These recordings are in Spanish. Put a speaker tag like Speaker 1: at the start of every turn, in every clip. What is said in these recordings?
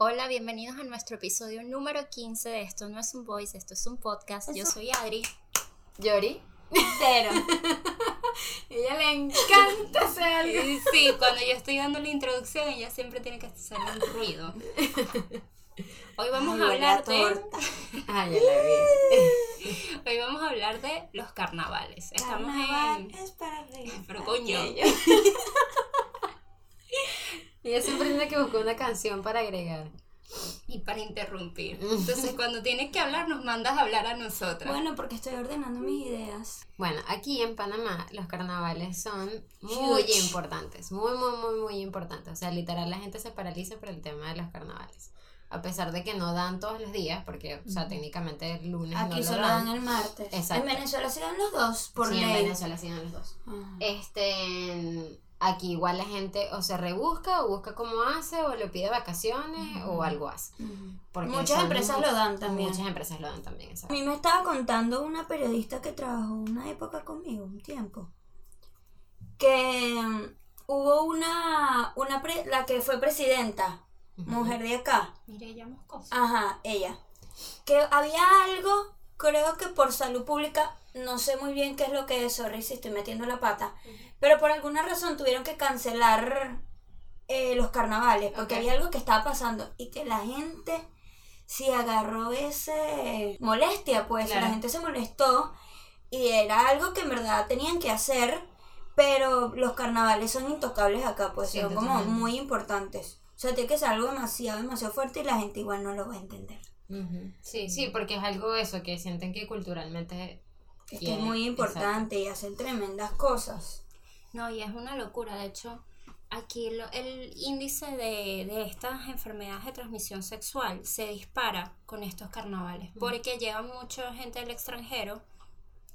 Speaker 1: Hola, bienvenidos a nuestro episodio número 15 de Esto no es un voice, esto es un podcast. Yo
Speaker 2: Eso.
Speaker 1: soy Adri.
Speaker 2: Yori.
Speaker 1: Cero.
Speaker 2: Ella le encanta hacer algo.
Speaker 1: Y Sí, cuando yo estoy dando la introducción, ella siempre tiene que hacer un ruido. Hoy vamos a
Speaker 2: Ay,
Speaker 1: hablar
Speaker 2: huele a
Speaker 1: de,
Speaker 2: torta. Ay, ya la vi.
Speaker 1: hoy vamos a hablar de los carnavales. Estamos
Speaker 2: Carnaval
Speaker 1: en
Speaker 2: es para reír.
Speaker 1: Pero coño.
Speaker 2: Ella siempre tiene que buscar una canción para agregar.
Speaker 1: y para interrumpir. Entonces, cuando tienes que hablar, nos mandas a hablar a nosotras.
Speaker 3: Bueno, porque estoy ordenando mis ideas.
Speaker 2: Bueno, aquí en Panamá los carnavales son muy
Speaker 1: Huge.
Speaker 2: importantes, muy, muy, muy, muy importantes. O sea, literal la gente se paraliza por el tema de los carnavales. A pesar de que no dan todos los días, porque, o sea, técnicamente el lunes
Speaker 3: Aquí
Speaker 2: no
Speaker 3: solo
Speaker 2: lo dan.
Speaker 3: dan el martes.
Speaker 2: Exacto.
Speaker 3: En Venezuela se dan los dos por
Speaker 2: Sí, en
Speaker 3: ley.
Speaker 2: Venezuela sí dan los dos.
Speaker 3: Ajá.
Speaker 2: Este, aquí igual la gente o se rebusca o busca cómo hace o le pide vacaciones o algo hace.
Speaker 3: Ujú.
Speaker 2: Porque
Speaker 3: Muchas
Speaker 2: son
Speaker 3: empresas
Speaker 2: muchas-
Speaker 3: lo dan también.
Speaker 2: Muchas empresas lo dan también,
Speaker 3: A
Speaker 2: exacto.
Speaker 3: mí me estaba contando una periodista que trabajó una época conmigo, un tiempo, que mm, hubo una, una pre- la que fue presidenta, mujer de acá,
Speaker 1: Mire, ya moscoso.
Speaker 3: Ajá, ella. Que había algo, creo que por salud pública, no sé muy bien qué es lo que es, sorry si estoy metiendo la pata, pero por alguna razón tuvieron que cancelar eh, los carnavales, porque
Speaker 2: Ok.
Speaker 3: había algo que estaba pasando y que la gente se agarró ese molestia, pues
Speaker 2: Claro.
Speaker 3: la gente se molestó y era algo que en verdad tenían que hacer, pero los carnavales son intocables acá, pues
Speaker 2: Sí,
Speaker 3: son como
Speaker 2: totalmente.
Speaker 3: muy importantes. O sea, tiene que ser algo demasiado, demasiado fuerte y la gente igual no lo va a entender.
Speaker 2: Ujú. Sí, sí, porque es algo eso, que sienten que
Speaker 3: Es
Speaker 2: culturalmente...
Speaker 3: que es
Speaker 2: tiene-
Speaker 3: muy importante y hacen tremendas cosas.
Speaker 1: No, y es una locura. De hecho, aquí lo- el índice de, de estas enfermedades de transmisión sexual se dispara con estos carnavales, porque llevan mucha gente del extranjero,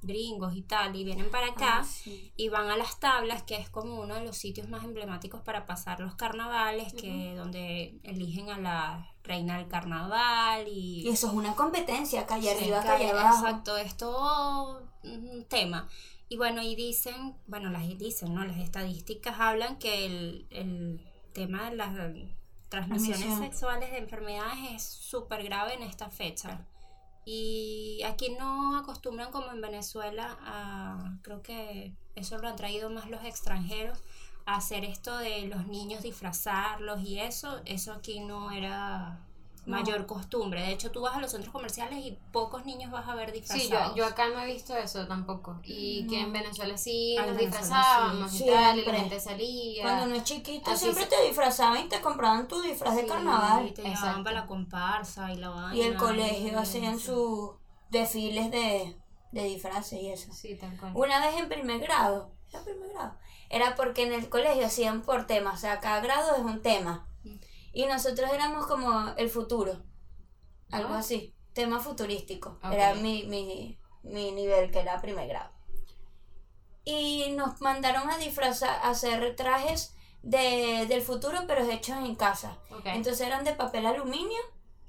Speaker 1: gringos y tal, y vienen para acá.
Speaker 3: Ah, sí.
Speaker 1: Y van a las tablas, que es como uno de los sitios más emblemáticos para pasar los carnavales, que donde eligen a la reina del carnaval
Speaker 3: Y eso es una competencia, calle arriba, calle
Speaker 1: Exacto,
Speaker 3: abajo.
Speaker 1: Exacto, es todo un tema. Y bueno, y dicen, bueno, las dicen, ¿no? Las estadísticas hablan que el, el tema de las eh, transmisiones
Speaker 3: Transmisión.
Speaker 1: sexuales de enfermedades es súper grave en esta fecha. Y aquí no acostumbran como en Venezuela a, creo que eso lo han traído más los extranjeros, a hacer esto de los niños disfrazarlos y eso, eso aquí no era
Speaker 3: No.
Speaker 1: mayor costumbre. De hecho, tú vas a los centros comerciales y pocos niños vas a ver
Speaker 2: Sí,
Speaker 1: disfrazados.
Speaker 2: yo, yo acá no he visto eso tampoco. Y que en Venezuela sí
Speaker 1: Ah, en
Speaker 2: nos
Speaker 1: Venezuela
Speaker 2: disfrazábamos
Speaker 3: sí.
Speaker 2: y tal, y la
Speaker 3: Siempre.
Speaker 2: gente salía.
Speaker 3: Cuando uno es chiquito
Speaker 2: Así
Speaker 3: siempre
Speaker 2: se-
Speaker 3: te disfrazaban y te compraban tu disfraz de
Speaker 1: Sí,
Speaker 3: carnaval.
Speaker 1: Y te llevaban
Speaker 2: Exacto.
Speaker 1: para la comparsa y la vaina.
Speaker 3: Y el colegio
Speaker 1: en
Speaker 3: hacían sus desfiles de, de disfraces y eso.
Speaker 2: Sí, tal cual.
Speaker 3: Una vez en primer grado, era primer grado, era porque en el colegio hacían por temas, o sea, cada grado es un tema. Y nosotros éramos como el futuro, algo
Speaker 2: Ah.
Speaker 3: así, tema futurístico.
Speaker 2: Ok.
Speaker 3: Era mi, mi, mi nivel, que era primer grado. Y nos mandaron a disfrazar, a hacer trajes de, del futuro, pero hechos en casa.
Speaker 2: Ok.
Speaker 3: Entonces eran de papel aluminio.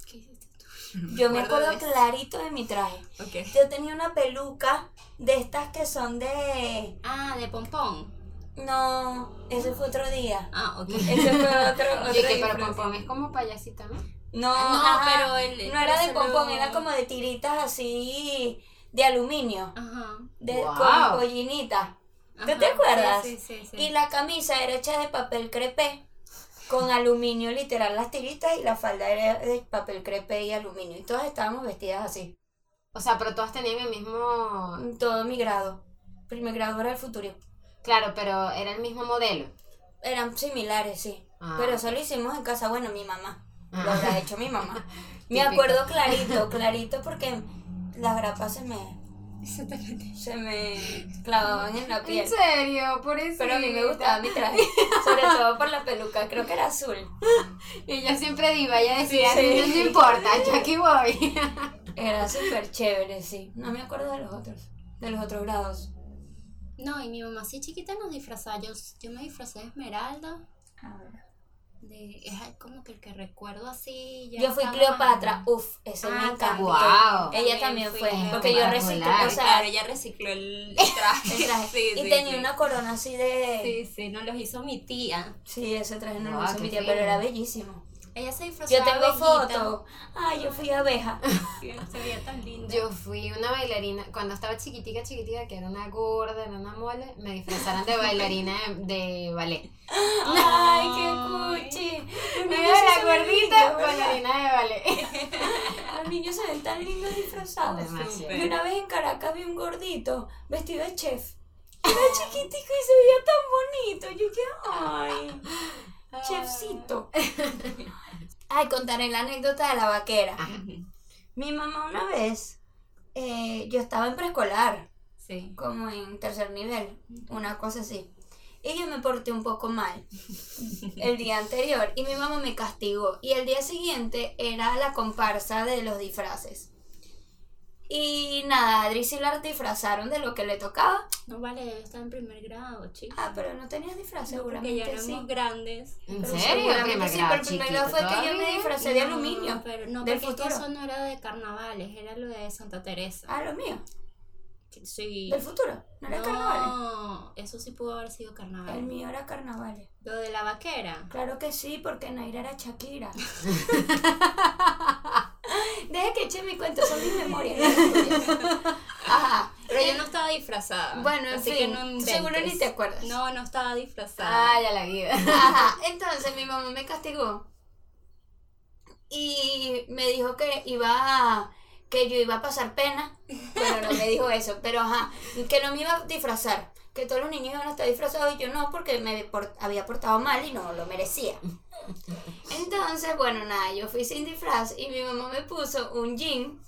Speaker 1: ¿Qué hiciste tú?
Speaker 3: Yo me
Speaker 1: acuerdo
Speaker 3: acuerdo clarito de mi traje.
Speaker 1: Ok.
Speaker 3: Yo tenía una peluca de estas que son de...
Speaker 1: Ah, de pompón.
Speaker 3: No, ese fue otro día.
Speaker 1: Ah, ok.
Speaker 3: Ese fue otro, otro
Speaker 2: Y que, pero
Speaker 3: disfraz.
Speaker 2: Pompón es como payasito, ¿no?
Speaker 3: No,
Speaker 1: Ah, No,
Speaker 3: ajá,
Speaker 1: pero el-
Speaker 3: no era
Speaker 1: pero
Speaker 3: de
Speaker 1: se
Speaker 3: pompón,
Speaker 1: lo-
Speaker 3: era como de tiritas así de aluminio,
Speaker 1: Ajá.
Speaker 3: de
Speaker 2: Wow.
Speaker 3: con collinita. ¿Tú
Speaker 1: Ajá,
Speaker 3: te acuerdas?
Speaker 1: Sí, sí, sí.
Speaker 3: Y la camisa era hecha de papel crepé con aluminio literal las tiritas y la falda era de papel crepé y aluminio y todas estábamos vestidas así.
Speaker 2: O sea, pero todas tenían el mismo.
Speaker 3: Todo mi grado, primer grado era el futuro.
Speaker 2: Claro, pero era el mismo modelo.
Speaker 3: Eran similares, sí.
Speaker 2: Ah.
Speaker 3: Pero eso lo hicimos en casa, bueno, mi mamá. Lo
Speaker 2: Ah.
Speaker 3: habrá hecho mi mamá. Me
Speaker 2: Típico.
Speaker 3: acuerdo clarito, clarito, porque las grapas se me,
Speaker 1: Exactamente.
Speaker 3: se me clavaban en la piel.
Speaker 2: serio? Por eso.
Speaker 3: Pero a mí me gustaba mi traje, sobre todo por la peluca, creo que era azul.
Speaker 2: Y yo siempre digo, ella decía,
Speaker 3: Sí.
Speaker 2: no, no importa, yo aquí voy.
Speaker 3: Era súper chévere, sí. No me acuerdo de los otros, de los otros grados.
Speaker 1: No, y mi mamá así chiquita nos disfrazaba. Yo, yo me disfrazé de esmeralda. De, es como que el que recuerdo así. ya
Speaker 3: Yo fui
Speaker 1: estaba-
Speaker 3: Cleopatra, uff, ese
Speaker 1: Ah,
Speaker 3: me encantó.
Speaker 2: guau.
Speaker 3: Ella también
Speaker 1: fui
Speaker 3: fue,
Speaker 1: Cleopatra.
Speaker 3: porque yo reciclé, o sea,
Speaker 1: Claro, ella recicló el traje.
Speaker 3: el traje.
Speaker 1: Sí,
Speaker 3: y
Speaker 1: sí,
Speaker 3: tenía
Speaker 1: sí.
Speaker 3: una pues, corona así de...
Speaker 1: Sí, sí, no los hizo mi tía.
Speaker 3: Sí, ese traje no
Speaker 2: Guau,
Speaker 3: lo hizo
Speaker 2: qué
Speaker 3: mi tía,
Speaker 2: fino.
Speaker 3: pero era bellísimo.
Speaker 1: Ella se disfrazó
Speaker 3: Yo tengo fotos. Ay, yo fui abeja.
Speaker 1: Se veía tan linda.
Speaker 2: Yo fui una bailarina, cuando estaba chiquitica, chiquitica, que era una gorda, era una mole, me disfrazaron de bailarina de, de ballet.
Speaker 3: Ay, qué cuchi. Los
Speaker 2: Me
Speaker 3: niños
Speaker 2: iba
Speaker 3: se
Speaker 2: la
Speaker 3: ven
Speaker 2: gordita
Speaker 3: lindos, ¿verdad?
Speaker 2: bailarina de ballet.
Speaker 3: Los niños se ven tan lindos disfrazados.
Speaker 2: Demasiado.
Speaker 3: Y una vez en Caracas vi un gordito vestido de chef. Era chiquitico y se veía tan bonito. Yo dije, ay, chefcito. Ah. Ay, contaré la anécdota de la vaquera.
Speaker 2: Ajá.
Speaker 3: Mi mamá una vez, eh, yo estaba en preescolar,
Speaker 1: Sí.
Speaker 3: como en tercer nivel, una cosa así. Y yo me porté un poco mal el día anterior y mi mamá me castigó. Y el día siguiente era la comparsa de los disfraces. Y nada, a Adri sí la disfrazaron de lo que le tocaba.
Speaker 1: No vale, yo estaba en primer grado, chicos.
Speaker 3: Ah, pero no tenías disfraz,
Speaker 1: Porque ya
Speaker 3: seguramente
Speaker 1: éramos
Speaker 3: sí.
Speaker 1: grandes.
Speaker 2: ¿En
Speaker 3: Pero
Speaker 2: serio?
Speaker 3: seguramente
Speaker 2: Primer
Speaker 3: sí,
Speaker 2: grado,
Speaker 3: pero primero
Speaker 2: chiquito
Speaker 3: fue que yo me
Speaker 2: todavía.
Speaker 3: disfrazé de
Speaker 1: No,
Speaker 3: aluminio.
Speaker 1: Pero no, porque
Speaker 3: del
Speaker 1: es que
Speaker 3: futuro.
Speaker 1: eso no era de carnavales, era lo de Santa Teresa.
Speaker 3: Ah, lo mío,
Speaker 1: Sí.
Speaker 3: del futuro. No era carnaval.
Speaker 1: No, eso sí pudo haber sido
Speaker 3: El
Speaker 1: carnaval.
Speaker 3: mío era carnavales.
Speaker 1: Lo de la vaquera.
Speaker 3: Claro que sí, porque Naira era Shakira. Deja que eche mi cuento, son mis memorias. no las tuyas. Ajá.
Speaker 1: Pero yo no estaba disfrazada.
Speaker 3: Bueno, en
Speaker 1: así
Speaker 3: fin,
Speaker 1: que no
Speaker 3: tú seguro
Speaker 1: inventes.
Speaker 3: ni te acuerdas.
Speaker 1: No, no estaba disfrazada.
Speaker 2: Ah, ya la vida.
Speaker 3: Ajá, entonces mi mamá me castigó y me dijo que iba a- que yo iba a pasar pena. Bueno, no me dijo eso, pero ajá, que no me iba a disfrazar, que todos los niños iban a estar disfrazados y yo no, porque me por- había portado mal y no lo merecía. Entonces, bueno, nada, yo fui sin disfraz y mi mamá me puso un jean,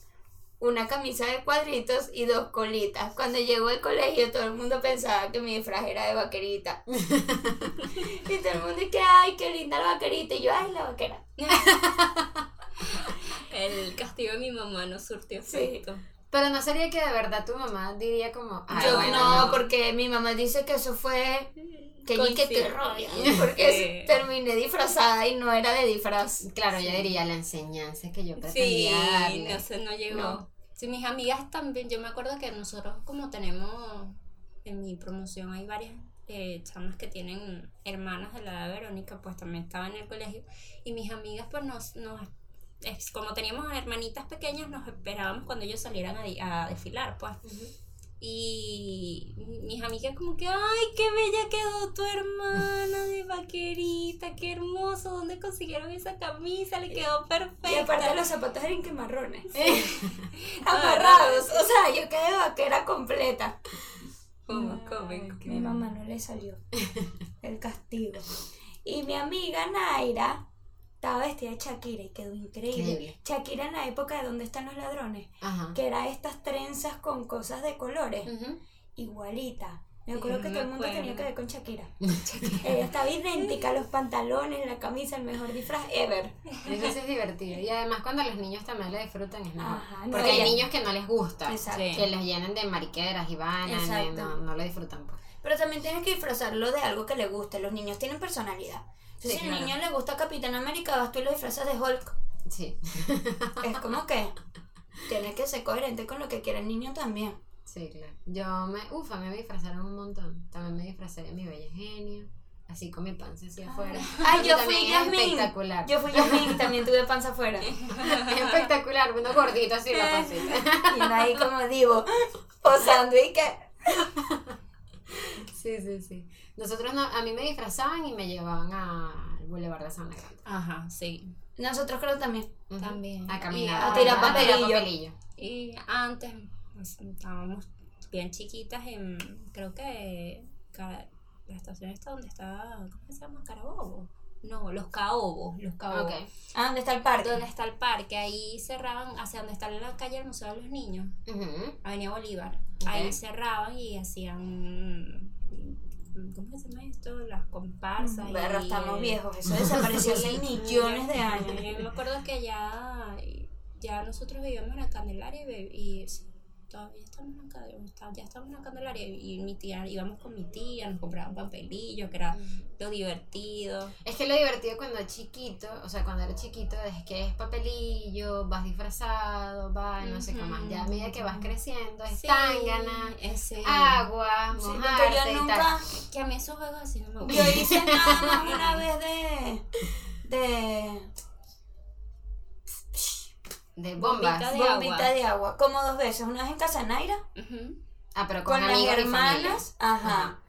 Speaker 3: una camisa de cuadritos y dos colitas. Cuando llegó al colegio todo el mundo pensaba que mi disfraz era de vaquerita. Y todo el mundo que, ay, qué linda la vaquerita. Y yo, ay, la vaquera.
Speaker 1: El castigo de mi mamá no surtió
Speaker 3: Sí.
Speaker 1: efecto.
Speaker 2: Pero no sería que de verdad tu mamá diría como... "Ay,
Speaker 3: yo
Speaker 2: bueno,
Speaker 3: no, porque mi mamá dice que eso fue. Que yo que te rollo. Porque
Speaker 1: Sí.
Speaker 3: terminé disfrazada y no era de disfraz.
Speaker 2: Claro, yo diría la enseñanza que yo
Speaker 1: Sí,
Speaker 2: pretendía darle.
Speaker 1: no sé, no llegó.
Speaker 3: No.
Speaker 1: Sí, mis amigas también, yo me acuerdo que nosotros como tenemos en mi promoción hay varias eh, chamas que tienen hermanas de la edad de Verónica, pues también estaba en el colegio y mis amigas pues nos, nos es- como teníamos hermanitas pequeñas nos esperábamos cuando ellos salieran a, di- a desfilar, pues. Y mis amigas como que, ay, qué bella quedó tu hermana de vaquerita, qué hermoso, ¿dónde consiguieron esa camisa? Le quedó perfecta.
Speaker 3: Y aparte los zapatos eran quemarrones.
Speaker 1: Amarrados.
Speaker 2: Ah,
Speaker 3: Amarrados. O sea, yo quedé vaquera completa.
Speaker 1: ¿Cómo
Speaker 3: Ay,
Speaker 1: comen?
Speaker 3: Mi mamá no le salió el castigo. Y mi amiga Naira estaba vestida de Shakira y quedó increíble.
Speaker 2: Increíble.
Speaker 3: Shakira en la época de donde están los ladrones,
Speaker 2: Ajá.
Speaker 3: que era estas trenzas con cosas de colores.
Speaker 2: Ujú.
Speaker 3: igualita. Me
Speaker 1: Sí,
Speaker 3: acuerdo que
Speaker 1: me
Speaker 3: todo el mundo tenía
Speaker 1: acuerdo.
Speaker 3: que ver con Shakira. Ella estaba idéntica, los pantalones, la camisa, el mejor disfraz ever.
Speaker 2: Entonces es divertido. Y además cuando los niños también lo disfrutan es mejor.
Speaker 3: Ajá, Ah, no,
Speaker 2: Porque
Speaker 3: ya.
Speaker 2: hay niños que no les gusta.
Speaker 3: Exacto.
Speaker 1: Sí.
Speaker 2: Que los llenan de mariqueras y vanas. de-
Speaker 3: Exacto.
Speaker 2: No, no lo disfrutan. Pues.
Speaker 3: Pero también tienes que disfrazarlo de algo que le guste. Los niños tienen personalidad. Entonces,
Speaker 2: Sí,
Speaker 3: si al
Speaker 2: claro.
Speaker 3: niño le gusta Capitán América, vas tú y lo disfrazas de Hulk.
Speaker 2: Sí,
Speaker 3: Es como que tienes que ser coherente con lo que quiere el niño también.
Speaker 2: sí, claro. Yo me... Ufa, me disfrazaron un montón. También me disfrazé de mi bella genio. Así con mi panza hacia afuera.
Speaker 3: Ah. Ay,
Speaker 2: Eso
Speaker 3: yo
Speaker 2: también
Speaker 3: fui
Speaker 2: es
Speaker 3: Yasmín.
Speaker 2: espectacular.
Speaker 3: Yo fui Yasmin, también tuve panza afuera.
Speaker 2: Es espectacular, uno gordito así la pancita.
Speaker 3: Y uno ahí como digo, posando y que...
Speaker 2: Sí, sí, sí. Nosotros no, a mí me disfrazaban y me llevaban al Boulevard de San Grande.
Speaker 1: Ajá, sí.
Speaker 3: Nosotros creo también.
Speaker 2: Ujú.
Speaker 1: También.
Speaker 2: A
Speaker 1: Y a
Speaker 2: caminar.
Speaker 3: tirar papelillo.
Speaker 2: papelillo.
Speaker 1: Y antes pues, estábamos bien chiquitas en, creo que Ca- la estación está donde está, ¿cómo se llama? Carabobo. No, los caobos, los caobos.
Speaker 2: Ok.
Speaker 3: Ah, ¿dónde está el parque?
Speaker 1: Donde está el parque, ahí cerraban, hacia donde está la calle del Museo de los Niños,
Speaker 2: Ujú.
Speaker 1: Avenida Bolívar.
Speaker 2: Ok.
Speaker 1: Ahí cerraban y hacían, ¿cómo se llama esto? Las comparsas. y
Speaker 3: Pero estamos
Speaker 1: el-
Speaker 3: viejos, eso desapareció hace
Speaker 1: Sí,
Speaker 3: millones de
Speaker 1: yo-
Speaker 3: años.
Speaker 1: Yo Eh, me acuerdo que ya, ya nosotros vivíamos en la Candelaria y, be- y sí, todavía estamos en la Candelaria, ya estamos en la Candelaria y mi tía, íbamos con mi tía, nos compraban papelillos, que era lo divertido.
Speaker 2: Es que lo divertido cuando es chiquito, o sea, cuando era chiquito, es que es papelillo, vas disfrazado, vas, no sé qué más. Ya a medida que vas creciendo, es tángana,
Speaker 1: ese,
Speaker 2: agua,
Speaker 3: Sí, porque
Speaker 2: mojarte
Speaker 3: yo
Speaker 2: y tal.
Speaker 3: nunca,
Speaker 1: Que a mí esos juegos así no me
Speaker 3: yo
Speaker 1: gustan.
Speaker 3: hice nada más una vez de, de
Speaker 2: de bombas.
Speaker 1: Bombita de
Speaker 3: bombita
Speaker 1: agua.
Speaker 3: de agua, como dos veces, una vez en casa de Naira,
Speaker 1: Ujú.
Speaker 2: Ah, pero con,
Speaker 3: con, las
Speaker 2: amigos y
Speaker 3: hermanas,
Speaker 2: familias.
Speaker 3: ajá,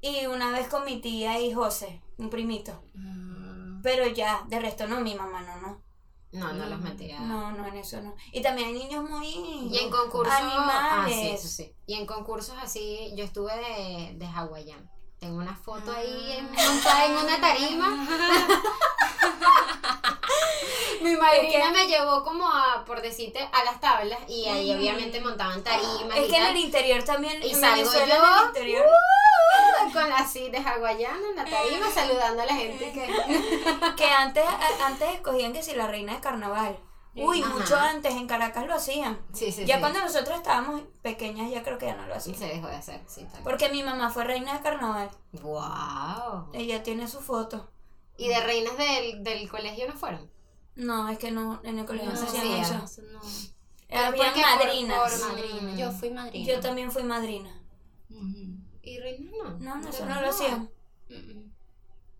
Speaker 3: y una vez con mi tía y José, un primito,
Speaker 1: Mm,
Speaker 3: pero ya, de resto no, mi mamá no, no,
Speaker 2: No, no
Speaker 3: Mm.
Speaker 2: los metía.
Speaker 3: no, no, en eso no, y también hay niños muy
Speaker 2: Y en concursos. Ah, sí,
Speaker 3: animales,
Speaker 2: eso sí. Y en concursos así, yo estuve de, de hawaiano. Tengo una foto
Speaker 3: Ah.
Speaker 2: ahí en- montada en una tarima.
Speaker 3: mi
Speaker 2: Mi
Speaker 3: madrina
Speaker 2: tía me llevó como a, por decirte, a las tablas. Y ahí obviamente montaban tarimas.
Speaker 3: Es
Speaker 2: y
Speaker 3: que en el
Speaker 2: tal.
Speaker 3: interior también.
Speaker 2: Y
Speaker 3: en
Speaker 2: salgo
Speaker 3: Venezuela,
Speaker 2: yo.
Speaker 3: En el interior.
Speaker 2: con así de hawaiana en la tarima saludando a la gente que
Speaker 3: Que antes, a- antes escogían que si la reina de carnaval. Uy,
Speaker 2: Ajá.
Speaker 3: mucho antes en Caracas lo hacían.
Speaker 2: sí sí
Speaker 3: ya
Speaker 2: sí.
Speaker 3: cuando nosotros estábamos pequeñas, ya creo que ya no lo
Speaker 2: Sí,
Speaker 3: hacían.
Speaker 2: se dejó de hacer sí tal
Speaker 3: Porque mi mamá fue reina de carnaval.
Speaker 2: wow
Speaker 3: Ella tiene su foto.
Speaker 2: y de reinas del, del colegio no fueron
Speaker 3: No, es que no, en el colegio no,
Speaker 1: no,
Speaker 3: se hacían
Speaker 2: hacía.
Speaker 3: eso.
Speaker 1: eso no.
Speaker 3: Habían
Speaker 2: porque por-
Speaker 3: madrinas.
Speaker 2: por madrina.
Speaker 1: Yo fui madrina.
Speaker 3: Yo también fui madrina.
Speaker 1: Ujú.
Speaker 2: y reinas no
Speaker 3: No, no, eso
Speaker 2: Yo
Speaker 3: no lo hacían.
Speaker 1: Mm,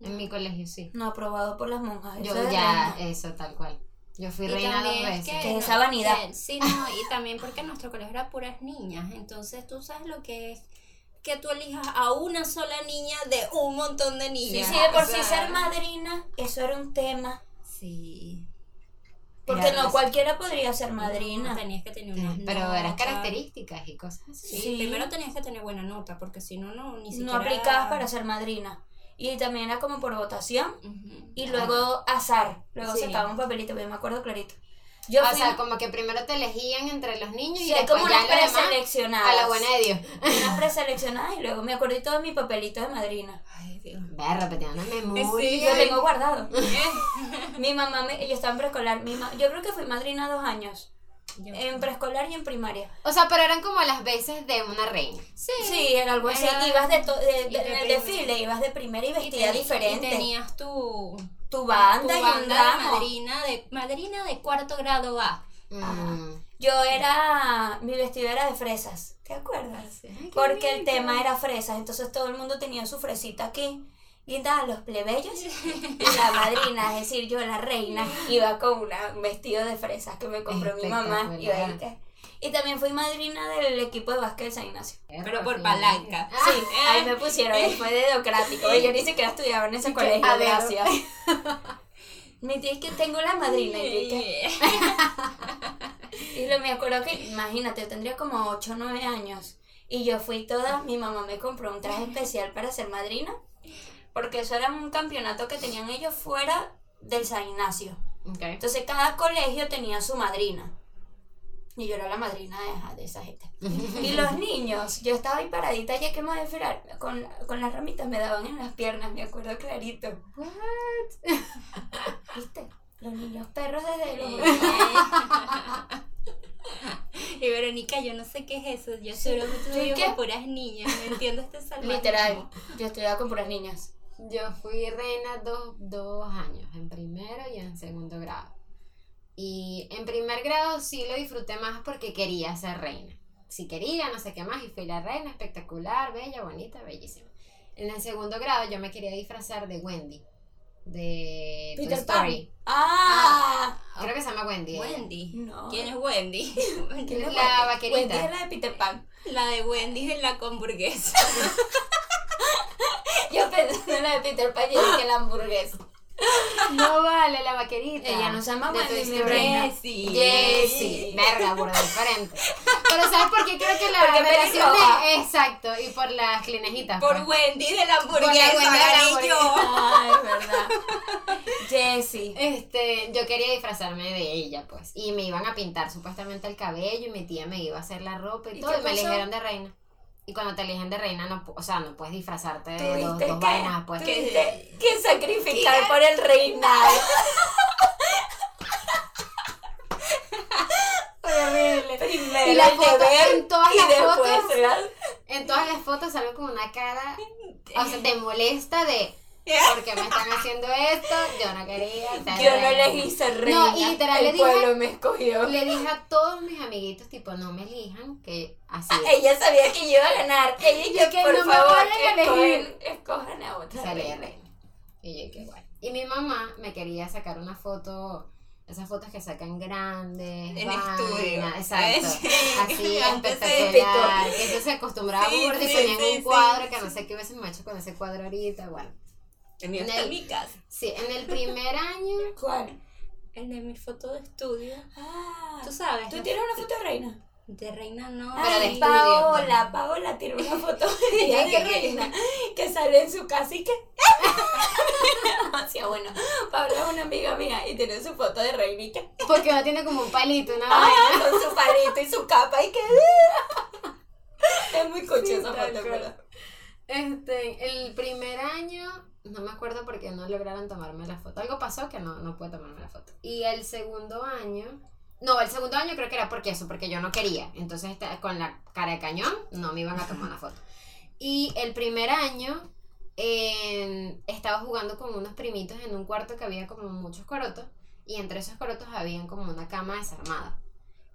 Speaker 2: en mi colegio sí
Speaker 3: No, aprobado por las monjas.
Speaker 2: yo
Speaker 3: eso es de
Speaker 2: ya eh,
Speaker 3: reina.
Speaker 2: eso tal cual yo fui
Speaker 1: Y
Speaker 2: reina dos
Speaker 1: también
Speaker 2: veces
Speaker 1: que
Speaker 3: Que
Speaker 1: no-
Speaker 3: esa vanidad.
Speaker 1: que- sí, no, y también porque nuestro colegio era puras niñas, entonces tú sabes lo que es que tú elijas a una sola niña de un montón de
Speaker 3: Sí,
Speaker 1: niñas.
Speaker 3: sí, de por
Speaker 1: O
Speaker 3: sí
Speaker 1: sea,
Speaker 3: ser madrina, eso era un tema.
Speaker 1: Sí.
Speaker 3: Porque
Speaker 2: Era
Speaker 3: no
Speaker 2: res-
Speaker 3: cualquiera podría ser madrina.
Speaker 1: No, tenías que tener una
Speaker 2: Sí, pero eran características y cosas así
Speaker 1: Sí,
Speaker 3: Sí.
Speaker 1: primero tenías que tener buena nota, porque si no, no, ni
Speaker 3: no
Speaker 1: siquiera...
Speaker 3: aplicabas para ser madrina. Y también era como por votación
Speaker 1: Ujú.
Speaker 3: y luego azar. Luego
Speaker 1: Sí.
Speaker 3: sacaba un papelito, yo me acuerdo clarito. Yo
Speaker 2: o
Speaker 3: fui
Speaker 2: sea como que primero te elegían entre los niños
Speaker 3: sí,
Speaker 2: y después
Speaker 3: como
Speaker 2: ya
Speaker 3: unas
Speaker 2: los demás
Speaker 3: preseleccionadas.
Speaker 2: a la buena de Dios
Speaker 3: Unas preseleccionadas y luego me acordé todo de mi papelito de madrina.
Speaker 1: Ay, Dios.
Speaker 2: Ve, repetiendo una memoria
Speaker 1: Sí,
Speaker 3: Lo tengo guardado. mi mamá, me, yo estaba en preescolar. Mi ma- yo creo que fui madrina dos años.
Speaker 1: Yo-
Speaker 3: En preescolar y en primaria.
Speaker 2: O sea, pero eran como las veces de una reina.
Speaker 1: Sí.
Speaker 3: Sí, era algo así.
Speaker 1: Era-
Speaker 3: Ibas de, to- de-
Speaker 1: y de
Speaker 3: de- en el
Speaker 1: primera.
Speaker 3: desfile, ibas de primera y
Speaker 1: Y
Speaker 3: vestida
Speaker 1: teni-
Speaker 3: diferente.
Speaker 1: Y tenías tu,
Speaker 3: tu
Speaker 1: tu
Speaker 3: banda y un
Speaker 1: banda de
Speaker 3: ramo.
Speaker 1: madrina de, madrina de cuarto grado A.
Speaker 2: Mm.
Speaker 3: Yo era, mi vestido era de fresas, ¿te acuerdas?
Speaker 2: Ah, Ay, qué
Speaker 3: Porque el
Speaker 2: bonito.
Speaker 3: tema era fresas, entonces todo el mundo tenía su fresita aquí. Y nada, los plebeyos y la madrina, es decir, yo la reina, iba con una- un vestido de fresas que me compró mi mamá. Iba ahí,
Speaker 2: Espectacular.
Speaker 3: y también fui madrina del equipo de básquet de San Ignacio.
Speaker 1: Pero por palanca.
Speaker 2: Ah,
Speaker 3: Sí,
Speaker 2: eh.
Speaker 3: ahí me pusieron, ahí fue de democrático. y Yo ni siquiera estudiaba en ese colegio,
Speaker 2: a ver.
Speaker 3: gracias. Me dije que tengo la madrina. Y yo dije, Y lo me acuerdo que, imagínate, yo tendría como 8 o 9 años. Y yo fui toda, mi mamá me compró un traje especial para ser madrina. Porque eso era un campeonato que tenían ellos fuera del San Ignacio.
Speaker 2: Ok.
Speaker 3: Entonces cada colegio tenía su madrina. Y yo era la madrina de, de esa gente. Y los niños, yo estaba ahí paradita ya que me voy a desfilar. Con, con las ramitas me daban en las piernas, me acuerdo clarito. ¿Viste? Los niños perros desde los...
Speaker 1: Y Verónica, yo no sé qué es eso. Yo solo estudio
Speaker 3: ¿Qué?
Speaker 1: con puras niñas. No entiendo este salvaje.
Speaker 3: Literal, yo estudiaba con puras niñas.
Speaker 2: Yo fui reina dos, dos años, en primero y en segundo grado. Y en primer grado sí lo disfruté más porque quería ser reina. Si quería, no sé qué más, y fui la reina, espectacular, bella, bonita, bellísima. En el segundo grado yo me quería disfrazar de Wendy, de Toy
Speaker 3: Peter Pan.
Speaker 2: Story.
Speaker 3: Ah,
Speaker 2: Creo que se llama Wendy. ella.
Speaker 1: Wendy.
Speaker 3: no.
Speaker 1: ¿Quién es Wendy?
Speaker 3: ¿Quién es
Speaker 2: La
Speaker 3: Wendy? Wendy
Speaker 2: vaquerita.
Speaker 3: es la de Peter Pan.
Speaker 1: La de Wendy de la hamburguesa.
Speaker 3: Yo pensé en la de Peter Pan y dije la hamburguesa.
Speaker 2: No vale, la vaquerita.
Speaker 3: Ella no se llama
Speaker 2: De
Speaker 3: Wendy,
Speaker 2: Toy
Speaker 3: mi
Speaker 2: Story.
Speaker 3: reina.
Speaker 1: Jessie.
Speaker 2: Jessie. Verga, burda diferente. Pero ¿sabes por qué? Creo que la
Speaker 3: Porque
Speaker 2: relación
Speaker 3: pelirroja.
Speaker 2: es- Exacto, y por las clinejitas.
Speaker 1: Por
Speaker 2: pues.
Speaker 1: Wendy de la
Speaker 2: la
Speaker 1: hamburguesa,
Speaker 2: Wendy de la
Speaker 1: cariño.
Speaker 2: hamburguesa.
Speaker 3: Ay, verdad. Jessie.
Speaker 2: Este, yo quería disfrazarme de ella, pues. Y me iban a pintar supuestamente el cabello, y mi tía me iba a hacer la ropa y,
Speaker 3: ¿Y
Speaker 2: todo,
Speaker 3: qué
Speaker 2: y me
Speaker 3: pasó?
Speaker 2: eligieron de reina. Y cuando te eligen de reina, no, pu- o sea, no puedes disfrazarte de dos,
Speaker 3: Tuviste
Speaker 2: dos vainas, pues.
Speaker 3: que, tuviste que sacrificar por el reinado. Horrible. Primero
Speaker 2: Y la
Speaker 3: el
Speaker 2: foto-
Speaker 3: deber
Speaker 2: en todas
Speaker 3: y
Speaker 2: las
Speaker 3: después
Speaker 2: fotos.
Speaker 3: la-
Speaker 2: En todas las fotos salgo con una cara, o sea, te molesta de ¿por qué me están haciendo esto? Yo no quería. ser
Speaker 3: Yo no
Speaker 2: reina".
Speaker 3: elegí ser reina.
Speaker 2: No, y literal
Speaker 3: el
Speaker 2: le dije-
Speaker 3: pueblo me escogió.
Speaker 2: Le dije a todos mis amiguitos, tipo, no me elijan, que así.
Speaker 3: Ah, Ella sabía que yo iba a ganar. Ella y yo,
Speaker 2: que
Speaker 3: por
Speaker 2: no me
Speaker 3: favor,
Speaker 2: van a
Speaker 3: escogen,
Speaker 2: elegir.
Speaker 3: escojan a otra.
Speaker 2: Salí de
Speaker 3: reina.
Speaker 2: reina. Y yo, qué guay. Y mi mamá me quería sacar una foto, Esas fotos que sacan grandes.
Speaker 4: En
Speaker 2: vainas,
Speaker 4: estudio.
Speaker 2: Exacto.
Speaker 4: Sí.
Speaker 2: Así,
Speaker 4: Antes se
Speaker 2: espectacular. Que eso se acostumbraba
Speaker 4: Sí,
Speaker 2: burda y
Speaker 4: sí,
Speaker 2: ponían
Speaker 4: sí,
Speaker 2: un
Speaker 4: sí,
Speaker 2: cuadro que
Speaker 4: sí.
Speaker 2: no sé qué hubiese hecho con ese cuadro ahorita. Bueno.
Speaker 4: El mío
Speaker 2: En
Speaker 4: está
Speaker 2: el-
Speaker 4: en mi casa.
Speaker 2: Sí, en el primer año.
Speaker 3: ¿Cuál?
Speaker 1: El de mi foto de estudio.
Speaker 3: Ah,
Speaker 1: Tú sabes.
Speaker 3: ¿Tú
Speaker 1: la-
Speaker 3: tienes una foto de reina?
Speaker 1: De reina no.
Speaker 2: Pero de
Speaker 3: Ay,
Speaker 2: estudio,
Speaker 3: Paola, Paola tiene una foto de ella de reina que sale en su casa y que... Demasiado bueno. Paola es una amiga mía y tiene su foto de reina y que...
Speaker 2: Porque uno tiene como un palito, una
Speaker 3: Ay,
Speaker 2: vaina.
Speaker 3: con su palito y su capa y que... uh. Es muy coche esa
Speaker 2: Sí,
Speaker 3: foto,
Speaker 2: tal
Speaker 3: en
Speaker 2: cual.
Speaker 3: ¿verdad?
Speaker 2: Este, el primer año, no me acuerdo porque no lograron tomarme la foto. Algo pasó que no, no pude tomarme la foto. Y el segundo año, no, el segundo año creo que era porque eso, porque yo no quería. Entonces, esta- con la cara de cañón, no me iban a tomar la foto. Y el primer año, en- estaba jugando con unos primitos en un cuarto que había como muchos corotos. Y entre esos corotos habían como una cama desarmada.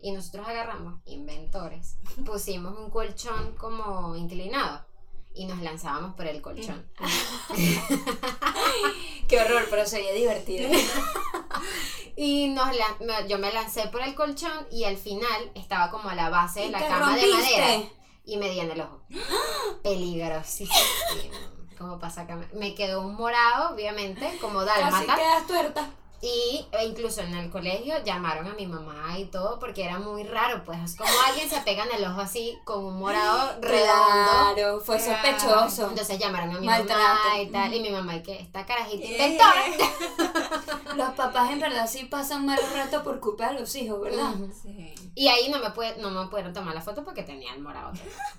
Speaker 2: Y nosotros agarramos, inventores, pusimos un colchón como inclinado y nos lanzábamos por el colchón.
Speaker 3: Qué horror, pero sería divertido.
Speaker 2: Y nos lan- me- yo me lancé por el colchón y al final estaba como a la base de
Speaker 3: Y
Speaker 2: la
Speaker 3: te
Speaker 2: cama de
Speaker 3: rompiste.
Speaker 2: madera y me di en el ojo. Peligrosísimo. ¿Cómo pasa que me- me quedó un morado, obviamente, como
Speaker 3: Casi
Speaker 2: dálmata?
Speaker 3: quedas tuerta.
Speaker 2: Y e incluso en el colegio llamaron a mi mamá y todo porque era muy raro, pues es como alguien se pega en el ojo así con un morado redondo.
Speaker 3: Claro, fue
Speaker 1: Claro.
Speaker 3: sospechoso.
Speaker 2: Entonces llamaron a mi
Speaker 3: Maltrato. Eh.
Speaker 2: mamá y tal, y mi mamá y que esta carajita
Speaker 4: Yeah.
Speaker 2: inventora.
Speaker 3: Los papás en verdad sí pasan mal rato por culpa de los hijos, ¿verdad?
Speaker 2: Ujú.
Speaker 4: Sí.
Speaker 2: Y ahí no me, puede, no me pudieron tomar la foto porque tenía el morado.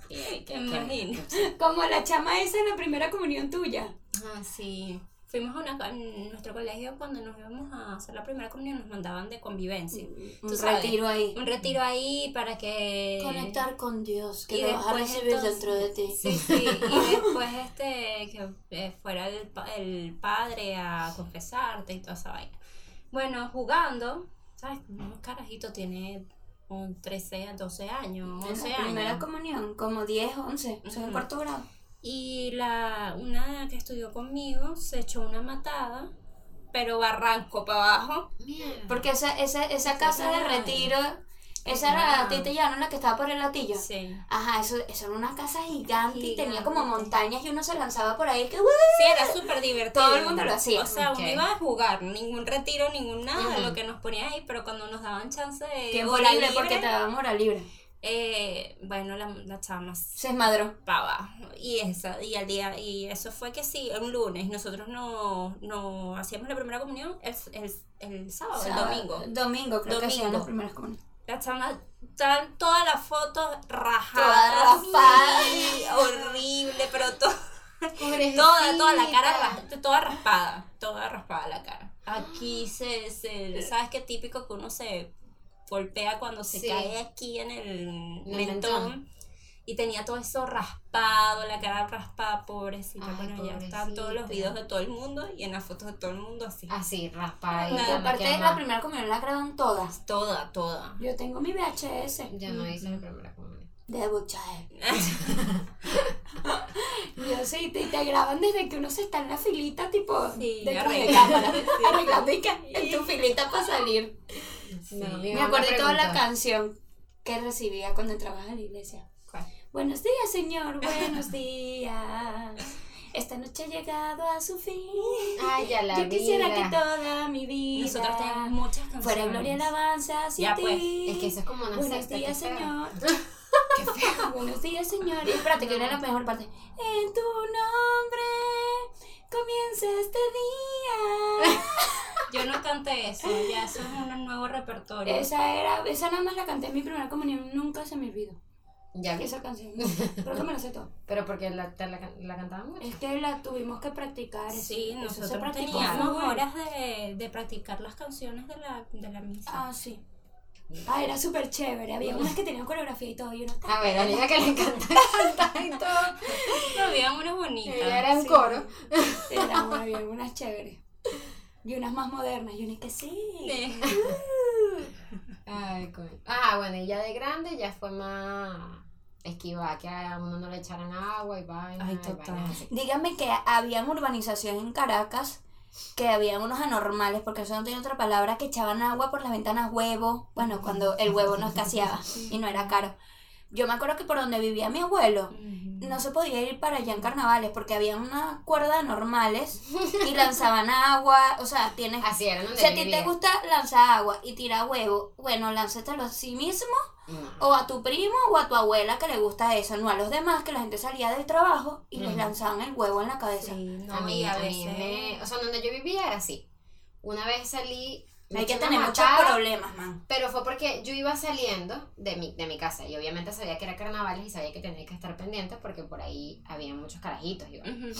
Speaker 2: Y ahí que-
Speaker 1: Me
Speaker 2: que-
Speaker 1: imagino.
Speaker 2: sí.
Speaker 3: Como la chama esa en la primera comunión tuya.
Speaker 1: Ah, sí. Fuimos a una, en nuestro colegio cuando nos íbamos a hacer la primera comunión, nos mandaban de convivencia.
Speaker 3: Mm, Un
Speaker 1: Tú sabes.
Speaker 3: retiro ahí.
Speaker 1: Un retiro ahí para que...
Speaker 3: Conectar con Dios, que
Speaker 1: Y
Speaker 3: lo vas a
Speaker 1: después
Speaker 3: recibir
Speaker 1: entonces-
Speaker 3: dentro de ti.
Speaker 1: Sí, sí, y después este, que eh, fuera el, pa- el padre a confesarte y toda esa vaina. Bueno, jugando, ¿sabes? Un carajito tiene un 13, 12 años,
Speaker 3: En
Speaker 1: 11
Speaker 3: la primera
Speaker 1: años.
Speaker 3: comunión, como 10, 11, o sea, en
Speaker 1: Ujú.
Speaker 3: cuarto grado.
Speaker 1: Y la, una que estudió conmigo se echó una matada, pero barranco para abajo.
Speaker 2: Mierda.
Speaker 3: Porque esa, esa, esa casa de
Speaker 1: era-
Speaker 3: retiro, esa era la
Speaker 1: Ajá.
Speaker 3: tita llana, la que estaba por el latillo.
Speaker 1: Sí.
Speaker 3: Ajá, eso, eso era una casa gigante, y tenía
Speaker 1: Gigante.
Speaker 3: como montañas y uno se lanzaba por ahí que
Speaker 1: Sí, era súper divertido.
Speaker 3: Todo el mundo lo hacía.
Speaker 1: O sea,
Speaker 2: Ok.
Speaker 1: uno iba a jugar, ningún retiro, ningún nada,
Speaker 2: Ujú.
Speaker 1: lo que nos ponían ahí, pero cuando nos daban chance de
Speaker 3: Tiempo
Speaker 1: hora
Speaker 3: libre porque te
Speaker 1: libre,
Speaker 3: daban hora libre.
Speaker 1: eh, bueno, la, la chama se
Speaker 3: Se esmadró.
Speaker 1: pava. Y esa, y al día, y eso fue que sí, un lunes, nosotros no, no hacíamos la primera comunión el, el, el sábado,
Speaker 3: Sábado,
Speaker 1: el domingo.
Speaker 3: Domingo, creo que
Speaker 1: Domingo.
Speaker 3: hacían las primeras comuniones.
Speaker 1: La chama estaban todas las fotos
Speaker 3: Toda
Speaker 1: rajadas.
Speaker 3: raspada.
Speaker 1: sí, horrible, pero to-
Speaker 2: Pobrecita.
Speaker 1: toda, toda la cara ras- toda raspada. Toda raspada la cara. Aquí se, se- ¿sabes qué típico que uno se golpea cuando se
Speaker 2: Sí.
Speaker 1: cae aquí en el
Speaker 2: En el
Speaker 1: mentón? Y tenía todo eso raspado, la cara raspada, pobrecita.
Speaker 2: Ay,
Speaker 1: bueno, ya están todos los
Speaker 2: pobrecita.
Speaker 1: videos de todo el mundo y en las fotos de todo el mundo así.
Speaker 2: Así, raspada. y
Speaker 3: Porque
Speaker 2: ya me
Speaker 3: aparte de
Speaker 2: quedé
Speaker 3: la
Speaker 2: mal.
Speaker 3: primera comunión la graban todas.
Speaker 1: Toda, toda.
Speaker 3: Yo tengo mi VHS
Speaker 2: Yo no hice la primera comunión.
Speaker 3: de Buchaer. Yo sí, te, te graban desde que uno se está en la filita, tipo,
Speaker 1: Sí,
Speaker 3: detrás de
Speaker 1: arreglando.
Speaker 3: cámara.
Speaker 1: Sí.
Speaker 3: Arreglando y que en tu filita para salir.
Speaker 2: No, mi
Speaker 3: Me
Speaker 2: mamá
Speaker 3: acuerdo de toda la
Speaker 2: preguntó.
Speaker 3: canción que recibía cuando entraba a la iglesia.
Speaker 1: ¿Cuál?
Speaker 3: Buenos días, señor, buenos días. Esta noche ha llegado a su fin.
Speaker 2: Ay, ya la
Speaker 3: Yo quisiera que
Speaker 2: vida.
Speaker 3: toda mi vida
Speaker 1: Nosotros tenemos muchas canciones.
Speaker 3: fuera gloria y alabanza hacia
Speaker 1: Ya, pues,
Speaker 3: ti.
Speaker 2: Es que eso es como una
Speaker 3: Buenos
Speaker 2: secta. qué
Speaker 3: días,
Speaker 2: feo.
Speaker 3: señor. Buenos días, señor. Y espérate, que viene la mejor parte. En tu nombre comienza este día.
Speaker 1: Yo no canté eso, ya eso es un nuevo repertorio.
Speaker 3: esa era, esa nada más la canté en mi primera comunión, nunca se me olvidó.
Speaker 2: Ya vi.
Speaker 3: Esa canción, creo que me la sé todo.
Speaker 2: Pero porque la, te la, la cantaban mucho.
Speaker 3: Es que la tuvimos que practicar.
Speaker 1: Sí,
Speaker 3: eso se
Speaker 1: nosotros
Speaker 3: practicó
Speaker 1: teníamos
Speaker 3: full.
Speaker 1: horas de, de practicar las canciones de la, de la misa.
Speaker 3: Ah, sí. Ah, era súper chévere. Había unas que tenían coreografía y todo. Y uno
Speaker 2: A ver, a la niña Ah, que le encanta cantar y todo.
Speaker 1: Pero había unas
Speaker 2: Ella
Speaker 1: bonitas.
Speaker 2: era un
Speaker 3: Sí.
Speaker 2: coro.
Speaker 3: Era bueno, había algunas chéveres. Y unas más modernas. Y unas que sí.
Speaker 1: Sí.
Speaker 2: Ay, coño. Ah, bueno, y ya de grande ya fue más esquivada, que a uno no le echaran agua y vaina.
Speaker 1: Ay,
Speaker 2: y
Speaker 1: total.
Speaker 2: vainas así.
Speaker 3: Dígame que habían urbanizaciones en Caracas que habían unos anormales, porque eso no tiene otra palabra, que echaban agua por las ventanas huevo, bueno, cuando el huevo no escaseaba y no era caro. Yo me acuerdo que por donde vivía mi abuelo, no se podía ir para allá en carnavales, porque había una cuerda normales y lanzaban agua, o sea, tienes...
Speaker 2: Así era donde
Speaker 3: Si a
Speaker 2: yo
Speaker 3: ti te
Speaker 2: vivía.
Speaker 3: gusta lanzar agua y tirar huevo, bueno, lánzatelo a sí mismo
Speaker 2: No.
Speaker 3: o a tu primo o a tu abuela que le gusta eso, no a los demás que la gente salía del trabajo y les
Speaker 2: Ujú.
Speaker 3: lanzaban el huevo en la cabeza.
Speaker 1: Sí, no,
Speaker 2: a mí,
Speaker 1: y a
Speaker 2: a mí
Speaker 1: veces-
Speaker 2: me- O sea, donde yo vivía era así. Una vez salí... me
Speaker 3: Hay que
Speaker 2: eché una
Speaker 3: tener muchos
Speaker 2: matada,
Speaker 3: problemas, man.
Speaker 2: Pero fue porque yo iba saliendo de mi, de mi casa y obviamente sabía que era carnavales y sabía que tenía que estar pendiente porque por ahí había muchos carajitos. Y, bueno.
Speaker 1: Ujú.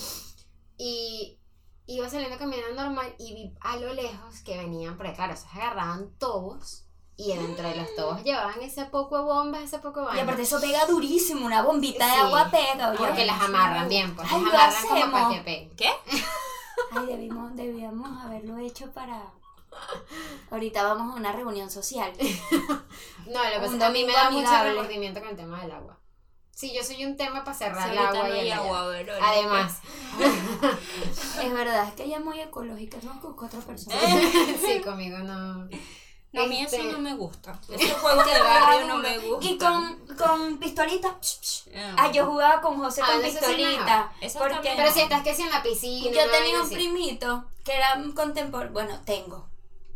Speaker 2: Y iba saliendo caminando normal y vi a lo lejos que venían, porque claro, se agarraban tobos y dentro de los tobos llevaban ese poco de bombas, ese poco de
Speaker 3: Y
Speaker 2: vaina.
Speaker 3: aparte eso pega durísimo, una bombita de
Speaker 2: Sí,
Speaker 3: agua pega, oye.
Speaker 2: porque las amarran bien, pues
Speaker 3: Ay,
Speaker 2: las
Speaker 3: lo
Speaker 2: amarran como para
Speaker 3: hacemos.
Speaker 2: que peguen.
Speaker 3: Ay, debimos, debíamos haberlo hecho para... Ahorita vamos a una reunión social.
Speaker 2: No, lo que pasa
Speaker 3: Un
Speaker 2: es que a mí
Speaker 3: domingo
Speaker 2: me da mucho
Speaker 3: amigable.
Speaker 2: remordimiento con el tema del agua. Sí, yo soy un tema para cerrar
Speaker 1: Sí,
Speaker 2: el
Speaker 1: ahorita
Speaker 2: agua
Speaker 1: no
Speaker 2: y
Speaker 1: hay
Speaker 2: el
Speaker 1: agua,
Speaker 2: agua.
Speaker 1: Verónica.
Speaker 2: Además,
Speaker 3: Es verdad, es que ella es muy ecológica, no con otra persona.
Speaker 2: Eh, sí, conmigo no.
Speaker 1: No, a mí eso
Speaker 2: Este-
Speaker 1: no me gusta.
Speaker 3: Ese juego
Speaker 1: de barrio no me gusta.
Speaker 3: Y con, con pistolita. psh, psh.
Speaker 1: Ah,
Speaker 3: Ah, yo jugaba con José
Speaker 2: Ah,
Speaker 3: con
Speaker 2: de eso sí
Speaker 3: pistolita.
Speaker 1: Eso
Speaker 3: Porque
Speaker 1: también.
Speaker 2: Pero si estás que si en la piscina.
Speaker 3: yo
Speaker 2: una
Speaker 3: tenía
Speaker 2: vaina
Speaker 3: un
Speaker 2: así.
Speaker 3: primito que era contemporáneo. Bueno, tengo,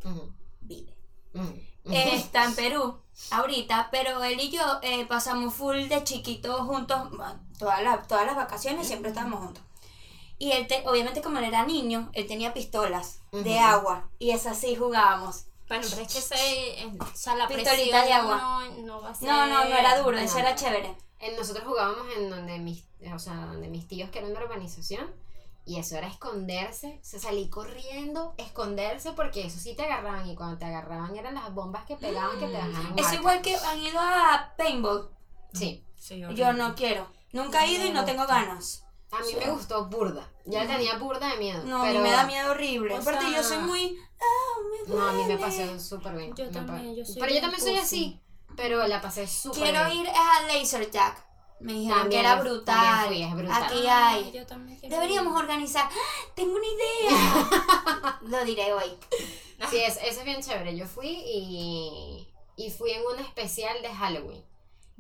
Speaker 2: Ujú,
Speaker 3: vive.
Speaker 2: ujú, ujú.
Speaker 3: Eh, está en Perú ahorita, pero él y yo eh, pasamos full de chiquitos juntos, bueno, todas las, todas las vacaciones siempre estábamos juntos. Y él, te- obviamente como él era niño, él tenía pistolas de
Speaker 2: Ujú.
Speaker 3: agua y esas sí jugábamos.
Speaker 1: Bueno, pero es que ese, o sea, la
Speaker 3: Pistolita
Speaker 1: presión
Speaker 3: de agua.
Speaker 1: No, no va a ser...
Speaker 3: No, no, no era duro, eso
Speaker 2: no.
Speaker 3: era chévere.
Speaker 2: En- Nosotros jugábamos en donde mis, o sea, donde mis tíos que eran de urbanización. Y eso era esconderse, se salí corriendo, esconderse, porque eso sí te agarraban. Y cuando te agarraban eran las bombas que pegaban que te dejaban.
Speaker 3: Es Mm, igual que han ido a paintball.
Speaker 2: Sí,
Speaker 1: Sí, ok.
Speaker 3: Yo no quiero. Nunca he ido y no tengo ganas.
Speaker 2: a mí me gustó burda. Ya tenía burda de miedo.
Speaker 3: Mm. No, a
Speaker 2: pero-
Speaker 3: mí me da miedo horrible.
Speaker 1: o
Speaker 3: Aparte yo soy
Speaker 1: sea,
Speaker 3: muy... ah, me
Speaker 2: No, a mí me
Speaker 3: duele.
Speaker 2: pasó súper bien.
Speaker 1: Yo
Speaker 2: me
Speaker 1: también,
Speaker 2: pa-
Speaker 1: yo soy
Speaker 2: pero yo
Speaker 1: bien
Speaker 2: también soy
Speaker 1: pussy.
Speaker 2: así. Pero la pasé súper bien.
Speaker 3: Quiero ir a Laser Jack. Me dijeron
Speaker 2: También,
Speaker 3: que era
Speaker 2: también
Speaker 3: brutal.
Speaker 2: fui, es brutal.
Speaker 3: Aquí
Speaker 1: Ah,
Speaker 3: hay.
Speaker 1: yo también quiero
Speaker 3: Deberíamos
Speaker 1: ir.
Speaker 3: organizar. ¡Ah! Tengo una idea. Lo diré hoy.
Speaker 2: Sí, es, eso es bien chévere. Yo fui y, y fui en un especial de Halloween.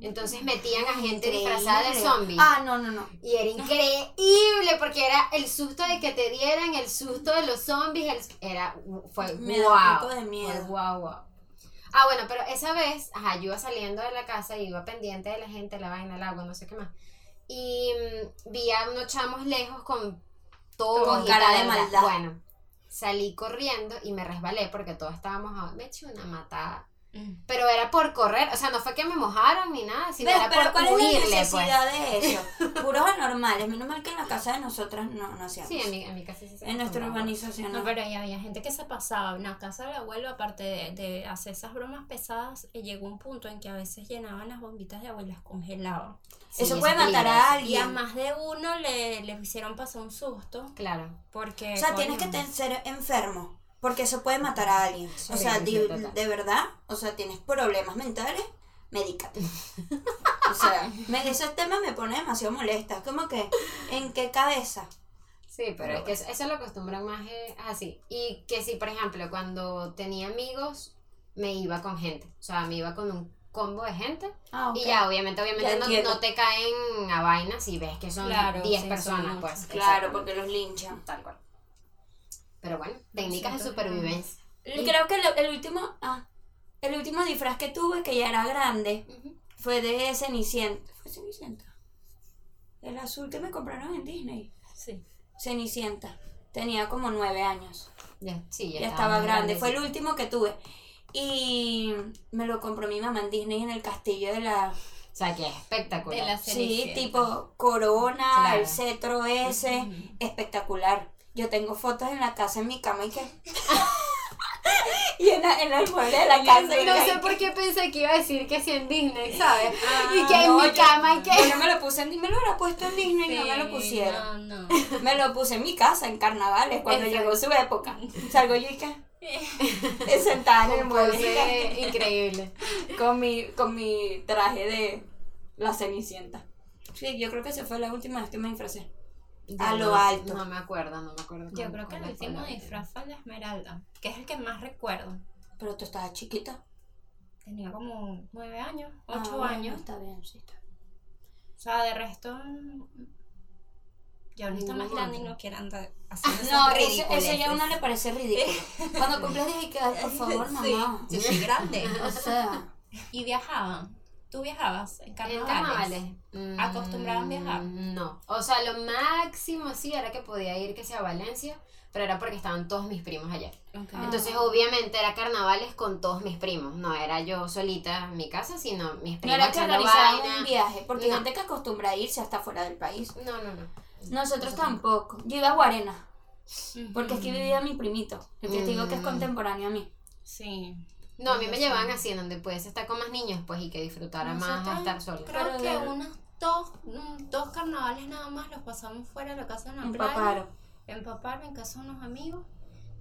Speaker 2: Entonces metían a gente disfrazada de
Speaker 3: Increíble.
Speaker 2: zombie.
Speaker 3: Ah, no, no, no.
Speaker 2: Y era increíble porque era el susto de que te dieran, el susto de los zombies, el- era fue
Speaker 3: Me
Speaker 2: wow.
Speaker 3: da un poco de miedo.
Speaker 2: Fue guau, guau. Ah, bueno, pero esa vez, ajá, yo iba saliendo de la casa y iba pendiente de la gente, la vaina, el agua, no sé qué más. Y mm, vi a unos chamos lejos con todo
Speaker 3: Con cara de maldad.
Speaker 2: Bueno, salí corriendo y me resbalé porque todos estábamos, a- me eché una matada.
Speaker 1: Mm.
Speaker 2: Pero era por correr, o sea, no fue que me mojaron ni nada, sino
Speaker 3: ¿Ves?
Speaker 2: era
Speaker 3: Pero
Speaker 2: por
Speaker 3: ¿cuál es la
Speaker 2: huirle, pues.
Speaker 3: necesidad de eso? Puros anormales. Menos mal que en la casa de nosotras no, no hacíamos.
Speaker 2: Sí, en mi, en mi casa sí se
Speaker 3: en nuestra
Speaker 2: acostumbraba.
Speaker 3: urbanización.
Speaker 1: No,
Speaker 3: No,
Speaker 1: pero ahí había gente que se pasaba. En la casa del abuelo, aparte de, de hacer esas bromas pesadas, eh, llegó un punto en que a veces llenaban las bombitas de agua y las congelaban.
Speaker 2: Sí,
Speaker 3: eso
Speaker 2: es
Speaker 3: puede matar
Speaker 2: peligroso.
Speaker 3: a
Speaker 1: Y a
Speaker 3: alguien.
Speaker 1: más de uno le, le hicieron pasar un susto
Speaker 2: Claro.
Speaker 1: porque...
Speaker 3: O sea,
Speaker 1: coño,
Speaker 3: tienes que ten- ser enfermo. Porque eso puede matar a alguien. O sea,
Speaker 2: sí, sí,
Speaker 3: di-
Speaker 2: total.
Speaker 3: de verdad. O sea, tienes problemas mentales. Medícate. O sea, me, esos temas me pone demasiado molesta. Es como que, ¿en qué cabeza?
Speaker 2: Sí, pero, es que eso, eso lo acostumbran más eh, así. Y que si, por ejemplo, cuando tenía amigos, me iba con gente. O sea, me iba con un combo de gente.
Speaker 3: Ah,
Speaker 2: Y ya, obviamente,
Speaker 3: Ya
Speaker 2: obviamente no,
Speaker 3: entiendo.
Speaker 2: no te caen a vainas si ves que son
Speaker 1: Claro,
Speaker 2: 10
Speaker 1: sí,
Speaker 2: personas,
Speaker 1: son
Speaker 2: pues.
Speaker 1: muchas.
Speaker 3: Claro,
Speaker 2: exacto.
Speaker 3: porque los linchan.
Speaker 2: Tal cual. Pero bueno, técnicas de
Speaker 1: siento
Speaker 2: supervivencia.
Speaker 3: Y creo que lo- el último, ah, el último disfraz que tuve, que ya era grande,
Speaker 2: Ujú.
Speaker 3: fue de Cenicienta. ¿Fue Cenicienta? El azul que me compraron en Disney.
Speaker 1: Sí.
Speaker 3: Cenicienta. Tenía como nueve años.
Speaker 2: Ya, sí, ya,
Speaker 3: ya estaba
Speaker 2: muy
Speaker 3: grande. Fue el
Speaker 2: grandecita.
Speaker 3: último que tuve. Y me lo compró mi mamá en Disney en el castillo de la...
Speaker 2: O sea, que es espectacular.
Speaker 1: De las-
Speaker 3: Sí,
Speaker 1: Cenicienta.
Speaker 3: tipo corona,
Speaker 2: Claro.
Speaker 3: el cetro ese. Espectacular. Yo tengo fotos en la casa, en mi cama y que... y en la, en la almohada de la casa. y
Speaker 2: No
Speaker 3: que-
Speaker 2: sé por qué pensé que iba a decir que sí en Disney, ¿sabes? y
Speaker 1: Ah,
Speaker 2: que en
Speaker 3: no,
Speaker 2: mi
Speaker 3: yo-
Speaker 2: cama y que...
Speaker 3: Yo no me lo puse en Disney, me lo hubiera puesto en Disney y no me lo pusieron.
Speaker 1: No, no.
Speaker 3: Me lo puse en mi casa, en carnavales, cuando
Speaker 2: Exacto.
Speaker 3: llegó su época. Salgo yo y que... sentada en el mueble. y que-
Speaker 2: Fue increíble.
Speaker 3: con mi, con mi traje de la Cenicienta. Sí, yo creo que esa fue la última vez que me disfrazé. A
Speaker 2: Yo
Speaker 3: lo
Speaker 2: no-
Speaker 3: alto.
Speaker 2: No me acuerdo, no me acuerdo.
Speaker 1: Yo
Speaker 2: cómo-
Speaker 1: creo que el
Speaker 2: cuál es la
Speaker 1: último
Speaker 2: palabra.
Speaker 1: disfraz fue el de Esmeralda, que es el que más recuerdo.
Speaker 3: Pero tú estabas chiquita.
Speaker 1: Tenía como nueve años,
Speaker 3: Ah,
Speaker 1: ocho
Speaker 3: bueno,
Speaker 1: años.
Speaker 3: Está bien, sí. Está.
Speaker 1: O sea, de resto. mm, Ya uno está
Speaker 2: Ningún
Speaker 1: más grande y
Speaker 2: otro.
Speaker 1: no quiere andar haciendo
Speaker 3: Ah, No,
Speaker 1: esas
Speaker 3: eso, eso ya a
Speaker 1: ridiculeces.
Speaker 3: uno le parece ridículo. Cuando cumples dije que, "Ay, por favor,
Speaker 1: Sí,
Speaker 3: mamá.
Speaker 1: yo soy grande.
Speaker 3: O sea,
Speaker 1: y viajaban. Tú viajabas en
Speaker 2: En
Speaker 1: carnavales.
Speaker 2: carnavales.
Speaker 1: ¿Acostumbraban
Speaker 2: Mm,
Speaker 1: viajar?
Speaker 2: No. O sea, lo máximo sí era que podía ir que sea a Valencia, pero era porque estaban todos mis primos allá.
Speaker 1: Ok.
Speaker 3: Ah.
Speaker 2: Entonces, obviamente, era carnavales con todos mis primos. No era yo solita en mi casa, sino mis
Speaker 3: no
Speaker 2: primos
Speaker 3: era que
Speaker 2: echando
Speaker 3: organizaban
Speaker 2: vaina.
Speaker 3: un viaje, porque hay
Speaker 2: No.
Speaker 3: gente que acostumbra a irse hasta fuera del país.
Speaker 2: No, no, no.
Speaker 3: Nosotros tampoco. Yo iba a Guarena,
Speaker 1: Ujú.
Speaker 3: porque aquí vivía mi primito, el que te digo que es
Speaker 2: Mm.
Speaker 3: contemporáneo a mí.
Speaker 1: Sí.
Speaker 2: No, a mí me
Speaker 1: Sí.
Speaker 2: llevaban así, en donde pudiese estar con más niños, pues, y que disfrutara más a
Speaker 1: Nosotros
Speaker 2: estar sola.
Speaker 1: Creo
Speaker 3: Pero
Speaker 1: que
Speaker 3: de-
Speaker 1: unos dos, mm, dos carnavales nada más los pasamos fuera de la casa en la
Speaker 3: Un
Speaker 1: playa.
Speaker 3: paparo.
Speaker 1: en Paparo, en casa de unos amigos.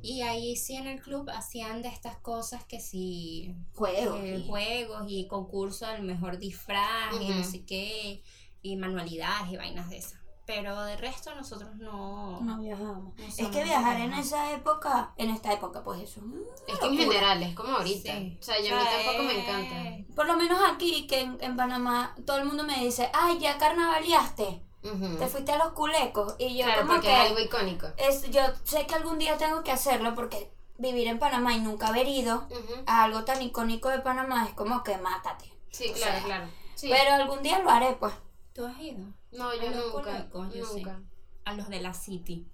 Speaker 1: Y ahí sí en el club hacían de estas cosas que sí,
Speaker 3: Juego.
Speaker 1: eh,
Speaker 3: y-
Speaker 1: juegos y concursos del mejor disfraz y no
Speaker 2: Ujú.
Speaker 1: sé qué, y manualidades y vainas de esas. Pero de resto nosotros no...
Speaker 3: No viajábamos.
Speaker 1: no
Speaker 3: Es
Speaker 1: somos
Speaker 3: que viajar
Speaker 1: de
Speaker 3: en esa época, en esta época, pues eso. mm,
Speaker 2: Es que en
Speaker 3: locura.
Speaker 2: general, es como ahorita.
Speaker 1: Sí.
Speaker 2: O sea, yo a mí tampoco me encanta.
Speaker 1: eh,
Speaker 3: Por lo menos aquí, que en, en Panamá, todo el mundo me dice, ay, ya carnavaleaste,
Speaker 2: Ujú.
Speaker 3: te fuiste a los culecos. Y yo
Speaker 2: Claro,
Speaker 3: como
Speaker 2: porque
Speaker 3: que,
Speaker 2: es algo icónico.
Speaker 3: es- yo sé que algún día tengo que hacerlo porque vivir en Panamá y nunca haber ido
Speaker 2: Ujú.
Speaker 3: a algo tan icónico de Panamá es como que mátate.
Speaker 2: Sí,
Speaker 3: o
Speaker 2: claro,
Speaker 3: sea,
Speaker 2: claro. Sí.
Speaker 3: Pero algún día lo haré, pues.
Speaker 1: ¿Tú has ido?
Speaker 2: no,
Speaker 1: a
Speaker 2: yo
Speaker 1: los
Speaker 2: nunca.
Speaker 1: colocos, yo sí.
Speaker 2: nunca.
Speaker 1: A los de la City.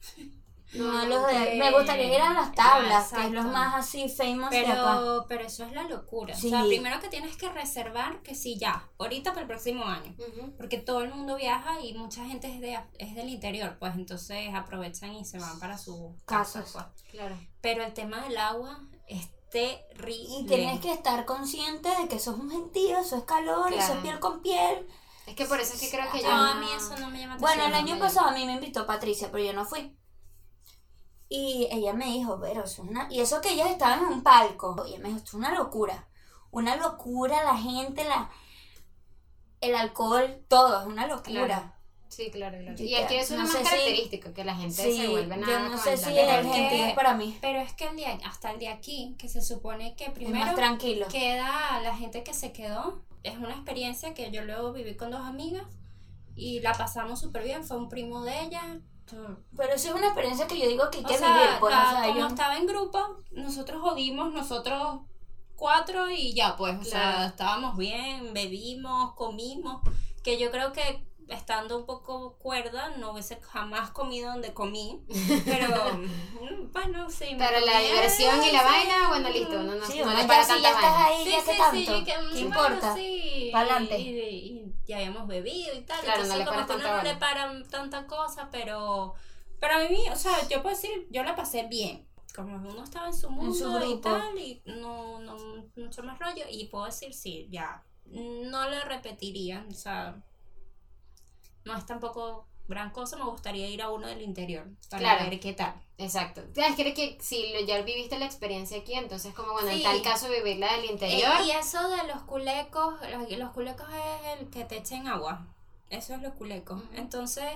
Speaker 3: No,
Speaker 2: No,
Speaker 3: los de,
Speaker 1: que-
Speaker 3: me gustaría ir a las tablas,
Speaker 1: Ah,
Speaker 3: que es los
Speaker 1: exacto.
Speaker 3: más así famous de acá.
Speaker 1: Pero, pero eso es la locura. O sea,
Speaker 3: Sí.
Speaker 1: primero que tienes que reservar que sí, ya, ahorita para el próximo año.
Speaker 2: Ujú.
Speaker 1: Porque todo el mundo viaja y mucha gente es, de, af- es del interior, pues entonces aprovechan y se van para sus
Speaker 3: Casas.
Speaker 1: casas. pues.
Speaker 2: Claro.
Speaker 1: Pero el tema del agua es terrible.
Speaker 3: Y tienes que estar consciente de que eso es un gentío, eso es calor, eso es
Speaker 2: Claro.
Speaker 3: piel con piel.
Speaker 2: Es que por eso es que creo que yo.
Speaker 1: No, a mí eso no me llama
Speaker 3: Bueno, el
Speaker 1: atención.
Speaker 3: año pasado a mí me invitó Patricia, pero yo no fui. Y ella me dijo, pero eso es una... Y eso que ella estaba en un palco. Y ella me dijo, esto es una locura. Una locura, la gente, la... El alcohol, todo, es una locura.
Speaker 2: Claro. Sí, claro, claro.
Speaker 3: Yo
Speaker 2: Y
Speaker 3: ya-
Speaker 2: aquí eso es
Speaker 3: no
Speaker 2: lo
Speaker 3: sé
Speaker 2: más
Speaker 3: si-
Speaker 2: característico, que la gente se vuelve nada.
Speaker 3: yo no
Speaker 2: con
Speaker 3: sé
Speaker 2: el
Speaker 3: si
Speaker 2: dolor.
Speaker 3: el
Speaker 1: alcohol.
Speaker 3: gentío es para mí.
Speaker 1: Pero es que el de- hasta el de aquí, que se supone que
Speaker 3: es más
Speaker 1: primero
Speaker 3: tranquilo.
Speaker 1: queda la gente que se quedó. Es una experiencia que yo luego viví con dos amigas y la pasamos súper bien. Fue un primo de ella.
Speaker 3: Pero eso es una experiencia que yo digo que hay
Speaker 1: O
Speaker 3: que
Speaker 1: sea,
Speaker 3: vivir, pues. o
Speaker 1: la-
Speaker 3: sea,
Speaker 1: como
Speaker 3: yo-
Speaker 1: estaba en grupo, nosotros jodimos, nosotros cuatro y ya, pues, o sea,
Speaker 2: Claro.
Speaker 1: estábamos bien, bebimos, comimos, que yo creo que estando un poco cuerda no hubiese jamás comido donde comí, pero mm, bueno, sí. me
Speaker 2: Pero la
Speaker 1: comí,
Speaker 2: diversión y la
Speaker 1: sí,
Speaker 2: vaina, bueno,
Speaker 1: mm,
Speaker 2: listo. No, no,
Speaker 3: Sí,
Speaker 2: no
Speaker 3: bueno,
Speaker 2: le
Speaker 3: ya
Speaker 2: para
Speaker 3: si
Speaker 2: tanta
Speaker 3: ya estás
Speaker 2: vaina.
Speaker 3: ahí, ya qué
Speaker 1: sí,
Speaker 3: tanto.
Speaker 1: que,
Speaker 3: ¿Qué
Speaker 1: mm, bueno,
Speaker 3: importa?
Speaker 1: sí,
Speaker 3: Pa'lante.
Speaker 1: Y, y- y ya habíamos bebido y tal.
Speaker 2: Claro, no
Speaker 1: entonces
Speaker 2: le
Speaker 1: como
Speaker 2: paras
Speaker 1: que uno
Speaker 2: tanta
Speaker 1: no le
Speaker 2: bola.
Speaker 1: paran tanta cosa, pero pero a mí, o sea, yo puedo decir, yo la pasé bien. Como uno estaba en su mundo
Speaker 3: su
Speaker 1: y
Speaker 3: grupo.
Speaker 1: tal, y no, no mucho más rollo. Y puedo decir, sí, ya. No lo repetiría, o sea, no es tampoco gran cosa. Me gustaría ir a uno del interior para
Speaker 2: Claro.
Speaker 1: ver qué tal.
Speaker 2: Exacto. Claro, es que, que si lo- ya viviste la experiencia aquí, entonces, como bueno,
Speaker 1: Sí.
Speaker 2: en tal caso, vivirla del interior.
Speaker 1: Eh, y eso de los culecos, los, los culecos es el que te echen agua. Eso es los culecos.
Speaker 2: Ujú.
Speaker 1: Entonces,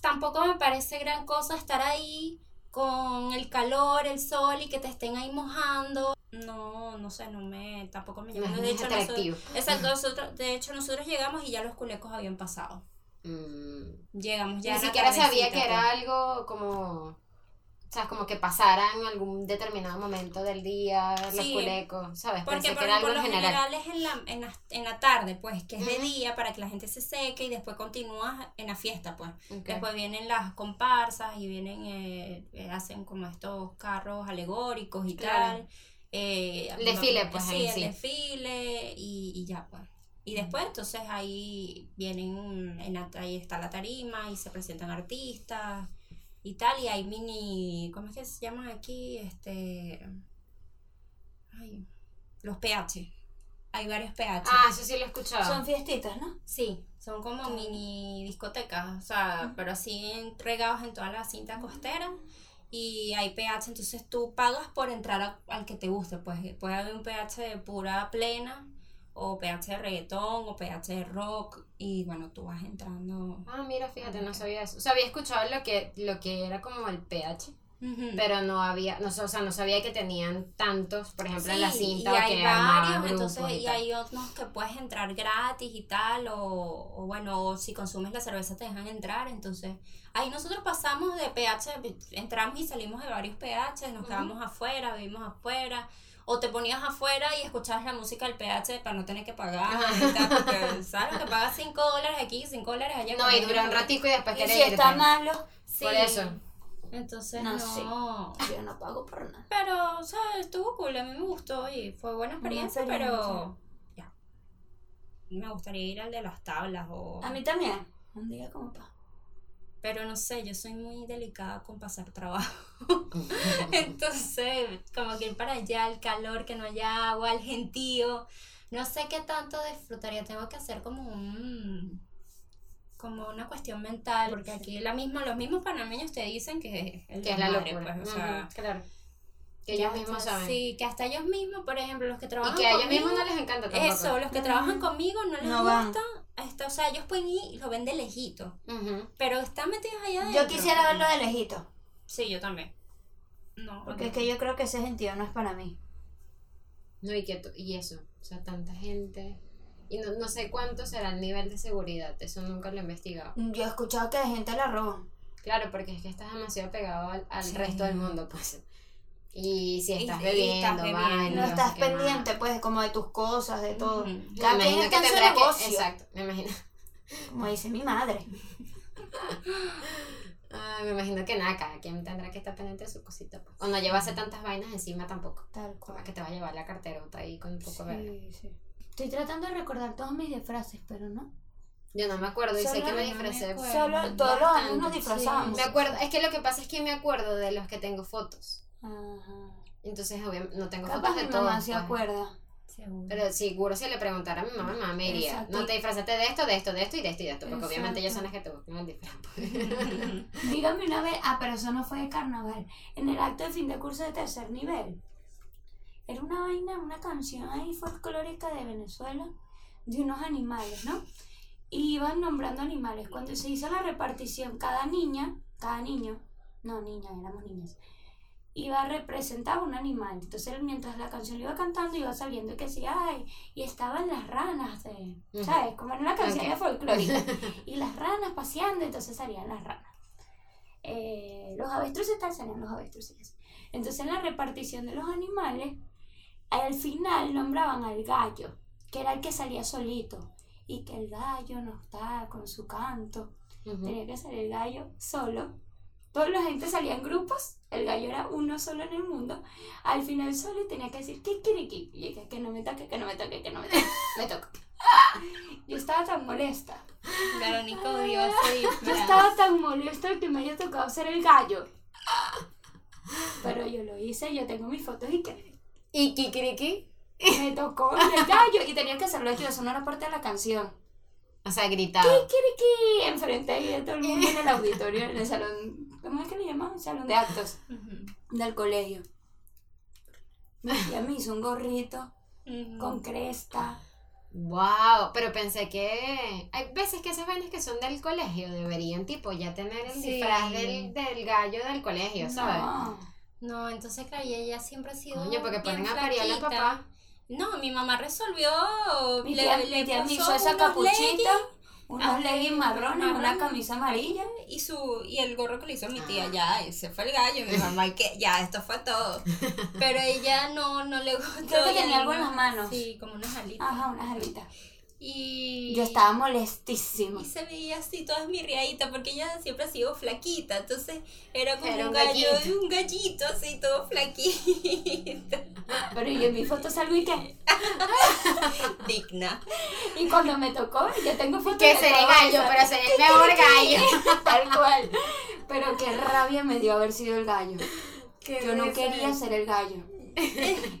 Speaker 1: tampoco me parece gran cosa estar ahí con el calor, el sol y que te estén ahí mojando. No, no sé, no me, tampoco me
Speaker 2: no
Speaker 1: llama.
Speaker 2: es
Speaker 1: De
Speaker 2: muy
Speaker 1: hecho, nosotros,
Speaker 2: atractivo.
Speaker 1: exacto, nosotros- de hecho, nosotros llegamos y ya los culecos habían pasado.
Speaker 2: Mm.
Speaker 1: Llegamos ya. pues.
Speaker 2: Ni
Speaker 1: en la
Speaker 2: siquiera sabía
Speaker 1: tardecita,
Speaker 2: que era algo como. O sea, como que pasara en algún determinado momento del día, los
Speaker 1: Sí.
Speaker 2: culecos, ¿sabes?
Speaker 1: pues. Porque
Speaker 2: Pensé
Speaker 1: por,
Speaker 2: que era
Speaker 1: por
Speaker 2: algo
Speaker 1: lo
Speaker 2: en general.
Speaker 1: general es en la, en, la, en la tarde, pues, que es de
Speaker 2: Ujú.
Speaker 1: día para que la gente se seque y después continúas en la fiesta, pues.
Speaker 2: Ok.
Speaker 1: Después vienen las comparsas y vienen, eh, eh, hacen como estos carros alegóricos y
Speaker 2: Claro.
Speaker 1: tal. Eh,
Speaker 2: El desfile,
Speaker 1: no-
Speaker 2: pues,
Speaker 1: Sí,
Speaker 2: ahí
Speaker 1: el
Speaker 2: sí.
Speaker 1: desfile y, y ya, pues. Y después, entonces, ahí vienen, en la- ahí está la tarima y se presentan artistas y tal. Y hay mini, ¿cómo es que se llaman aquí? Este, ay, los PH. Hay varios PH.
Speaker 2: Ah, eso sí lo he escuchado.
Speaker 3: Son fiestitas, ¿no?
Speaker 1: Sí, son como
Speaker 3: Claro.
Speaker 1: mini discotecas, o sea, pero así entregados en toda la cinta costera y hay PH, entonces tú pagas por entrar a- al que te guste, pues puede haber un PH de pura plena o PH de reggaetón o PH de rock y bueno, tú vas entrando.
Speaker 2: Ah, mira, fíjate, no sabía eso. O sea, había escuchado lo que, lo que era como el pH,
Speaker 1: Ujú.
Speaker 2: pero no había, no, sé, o sea, no sabía que tenían tantos, por ejemplo, en la
Speaker 1: Sí,
Speaker 2: cinta
Speaker 1: y
Speaker 2: o
Speaker 1: hay
Speaker 2: que eran más
Speaker 1: varios,
Speaker 2: grupos
Speaker 1: entonces,
Speaker 2: y
Speaker 1: y
Speaker 2: tal.
Speaker 1: hay otros que puedes entrar gratis y tal, o, o bueno, o si consumes la cerveza te dejan entrar, entonces, ahí nosotros pasamos de pH, entramos y salimos de varios pH, nos
Speaker 2: Ujú.
Speaker 1: quedamos afuera, vivimos afuera, o te ponías afuera y escuchabas la música del pH para no tener que pagar, y tal, porque, ¿sabes? Que pagas 5 dólares aquí, 5 dólares allá.
Speaker 2: No, y
Speaker 1: cuando-
Speaker 2: dura un ratico y después
Speaker 3: Y
Speaker 2: querés
Speaker 3: si está
Speaker 2: irte.
Speaker 3: malo,
Speaker 1: Sí,
Speaker 2: por eso.
Speaker 1: Entonces,
Speaker 3: No,
Speaker 1: no.
Speaker 3: sí. yo no pago por nada.
Speaker 1: Pero, o sea, estuvo cool, a mí me gustó y fue buena
Speaker 3: Una
Speaker 1: experiencia,
Speaker 3: experiencia.
Speaker 1: pero ya. Me gustaría ir al de las tablas o...
Speaker 3: A mí también. Un día como pa.
Speaker 1: Pero no sé, yo soy muy delicada con pasar trabajo. Entonces, como que ir para allá, el calor, que no haya agua, el gentío. No sé qué tanto disfrutaría. Tengo que hacer como un... Como una cuestión mental, porque aquí la misma, los mismos panameños te dicen que el
Speaker 2: Que es la
Speaker 1: desmadre,
Speaker 2: locura.
Speaker 1: pues, o sea,
Speaker 2: Ujú, claro. Que ellos mismos
Speaker 1: hasta-
Speaker 2: saben.
Speaker 1: Sí, que hasta ellos mismos, por ejemplo, los que trabajan
Speaker 2: Y que a ellos
Speaker 1: conmigo,
Speaker 2: mismos no les encanta tampoco.
Speaker 1: Eso, los que
Speaker 3: Mm.
Speaker 1: trabajan conmigo no les
Speaker 3: No van.
Speaker 1: gusta. Esto, o sea, ellos pueden ir y lo ven de lejito.
Speaker 2: Ujú.
Speaker 1: Pero están metidos allá adentro.
Speaker 3: Yo quisiera verlo de lejito.
Speaker 1: Sí, yo también. No,
Speaker 3: Porque es
Speaker 1: ok.
Speaker 3: que yo creo que ese sentido no es para mí.
Speaker 2: No, y, que tú- y eso, o sea, tanta gente. Y no, no sé cuánto será el nivel de seguridad, eso nunca lo he investigado.
Speaker 3: Yo he escuchado que a gente la roban.
Speaker 2: Claro, porque es que estás demasiado pegado al, al
Speaker 1: Sí.
Speaker 2: resto del mundo, pues. Y si estás
Speaker 1: y
Speaker 2: bebiendo,
Speaker 1: estás bebiendo.
Speaker 2: vainas,
Speaker 3: No
Speaker 1: Dios,
Speaker 3: estás
Speaker 2: sé qué más.
Speaker 3: pendiente, pues, como de tus cosas, de todo.
Speaker 1: Ujú.
Speaker 3: Cada
Speaker 2: me
Speaker 3: quien
Speaker 2: imagino
Speaker 3: está en
Speaker 2: que
Speaker 3: su
Speaker 2: tendrá que.
Speaker 3: negocio.
Speaker 2: Exacto, me imagino.
Speaker 3: Como dice mi madre.
Speaker 2: Ah, me imagino que nada, cada quien tendrá que estar pendiente de su cosita. pues. O no llevarse tantas vainas encima tampoco.
Speaker 3: Tal
Speaker 2: Para
Speaker 3: cual.
Speaker 2: que te va a llevar la carterota ahí con un poco de verga.
Speaker 3: Sí, sí. Estoy tratando de recordar todos mis disfraces, pero no.
Speaker 2: Yo no me acuerdo, y sé
Speaker 3: Solo
Speaker 2: que me
Speaker 3: no
Speaker 1: me
Speaker 2: disfracé.
Speaker 1: acuerdo. Bueno,
Speaker 3: Solo todos los años nos
Speaker 2: bastante,
Speaker 3: disfrazábamos.
Speaker 2: Me acuerdo, es que lo que pasa es que me acuerdo de los que tengo fotos.
Speaker 3: Ajá.
Speaker 2: Entonces, obviamente, no tengo
Speaker 3: Capaz
Speaker 2: fotos
Speaker 3: mi
Speaker 2: de
Speaker 3: mamá
Speaker 2: todos.
Speaker 3: se
Speaker 2: pues.
Speaker 3: acuerda.
Speaker 1: Seguro.
Speaker 2: Pero seguro si le preguntara a mi mamá, mi mamá me diría,
Speaker 3: Exacto.
Speaker 2: no te disfrazaste de esto, de esto, y de esto y de esto, y de esto, porque obviamente ellas son
Speaker 3: Exacto.
Speaker 2: las que te buscan el disfraz.
Speaker 3: Dígame una vez, ah, pero eso no fue de carnaval. En el acto de fin de curso de tercer nivel. Era una vaina, una canción ahí folclórica de Venezuela, de unos animales, ¿no? Y iban nombrando animales. Cuando se hizo la repartición, cada niña, cada niño, no niña, éramos niñas, iba a representar un animal. Entonces, mientras la canción iba cantando, iba saliendo que sí, ay, y estaban las ranas de,
Speaker 2: Ujú.
Speaker 3: ¿sabes? Como en una canción
Speaker 2: Ok.
Speaker 3: de folclórica y las ranas paseando, entonces salían las ranas. Eh, los avestruces tal salían los avestruces. Entonces en la repartición de los animales, al final nombraban al gallo, que era el que salía solito, y que el gallo no está con su canto.
Speaker 2: Ujú.
Speaker 3: Tenía que salir el gallo solo. Toda la gente salía en grupos, el gallo era uno solo en el mundo. Al final solo y tenía que decir kikiriki. Y que, que no me toque, que no me toque, que no me toque, me toca. Yo estaba tan molesta.
Speaker 1: Verónica odió ese
Speaker 3: Yo
Speaker 1: disfraz.
Speaker 3: estaba tan molesta que me haya tocado ser el gallo. Pero yo lo hice, yo tengo mis fotos y que
Speaker 2: Y Kikiriki,
Speaker 3: me tocó el gallo y tenía que hacerlo yo, eso no era parte de la canción.
Speaker 2: o sea, gritado.
Speaker 3: Kiriki, enfrente ahí de todo el mundo en el auditorio, en el salón, ¿cómo es que le llaman? Salón de actos
Speaker 1: Ujú.
Speaker 3: del colegio. Mi tía me hizo un gorrito
Speaker 1: Ujú.
Speaker 3: con cresta.
Speaker 2: Wow, pero pensé que hay veces que esas vainas que son del colegio deberían tipo ya tener el
Speaker 1: Sí.
Speaker 2: disfraz del, del gallo del colegio, ¿sabes?
Speaker 3: No.
Speaker 1: No, entonces, claro, y ella siempre ha sido
Speaker 2: Coño, porque
Speaker 1: bien
Speaker 2: ponen a parir a los
Speaker 1: flaquita.
Speaker 2: papás.
Speaker 1: No, mi mamá resolvió,
Speaker 3: Mi
Speaker 1: le,
Speaker 3: tía,
Speaker 1: le
Speaker 3: mi tía me
Speaker 1: puso
Speaker 3: hizo esa
Speaker 1: unos
Speaker 3: capuchita,
Speaker 1: leggings Ah,
Speaker 3: unos leggings marrones, una camisa amarilla.
Speaker 1: y su y el gorro que le hizo mi tía ya ese fue el gallo mi mamá que ya esto fue todo pero ella no no le gustó
Speaker 3: Creo que
Speaker 1: ella
Speaker 3: tenía
Speaker 1: no-
Speaker 3: algo en las manos.
Speaker 1: sí como unas alitas
Speaker 3: Ajá, unas alitas.
Speaker 1: y
Speaker 3: Yo estaba molestísima.
Speaker 1: y se veía así toda esmirriadita porque ella siempre ha sido flaquita entonces era como
Speaker 2: Era
Speaker 1: un
Speaker 2: un
Speaker 1: gallo
Speaker 2: gallito.
Speaker 1: un gallito así todo flaquito
Speaker 3: Pero yo en mi foto salgo y qué.
Speaker 1: digna
Speaker 3: Y cuando me tocó, yo tengo fotos
Speaker 2: Que
Speaker 3: de
Speaker 2: seré
Speaker 3: todo
Speaker 2: gallo,
Speaker 3: eso.
Speaker 2: pero seré el mejor gallo.
Speaker 3: Tal cual. Pero qué rabia me dio haber sido el gallo. Yo no quería ser el gallo.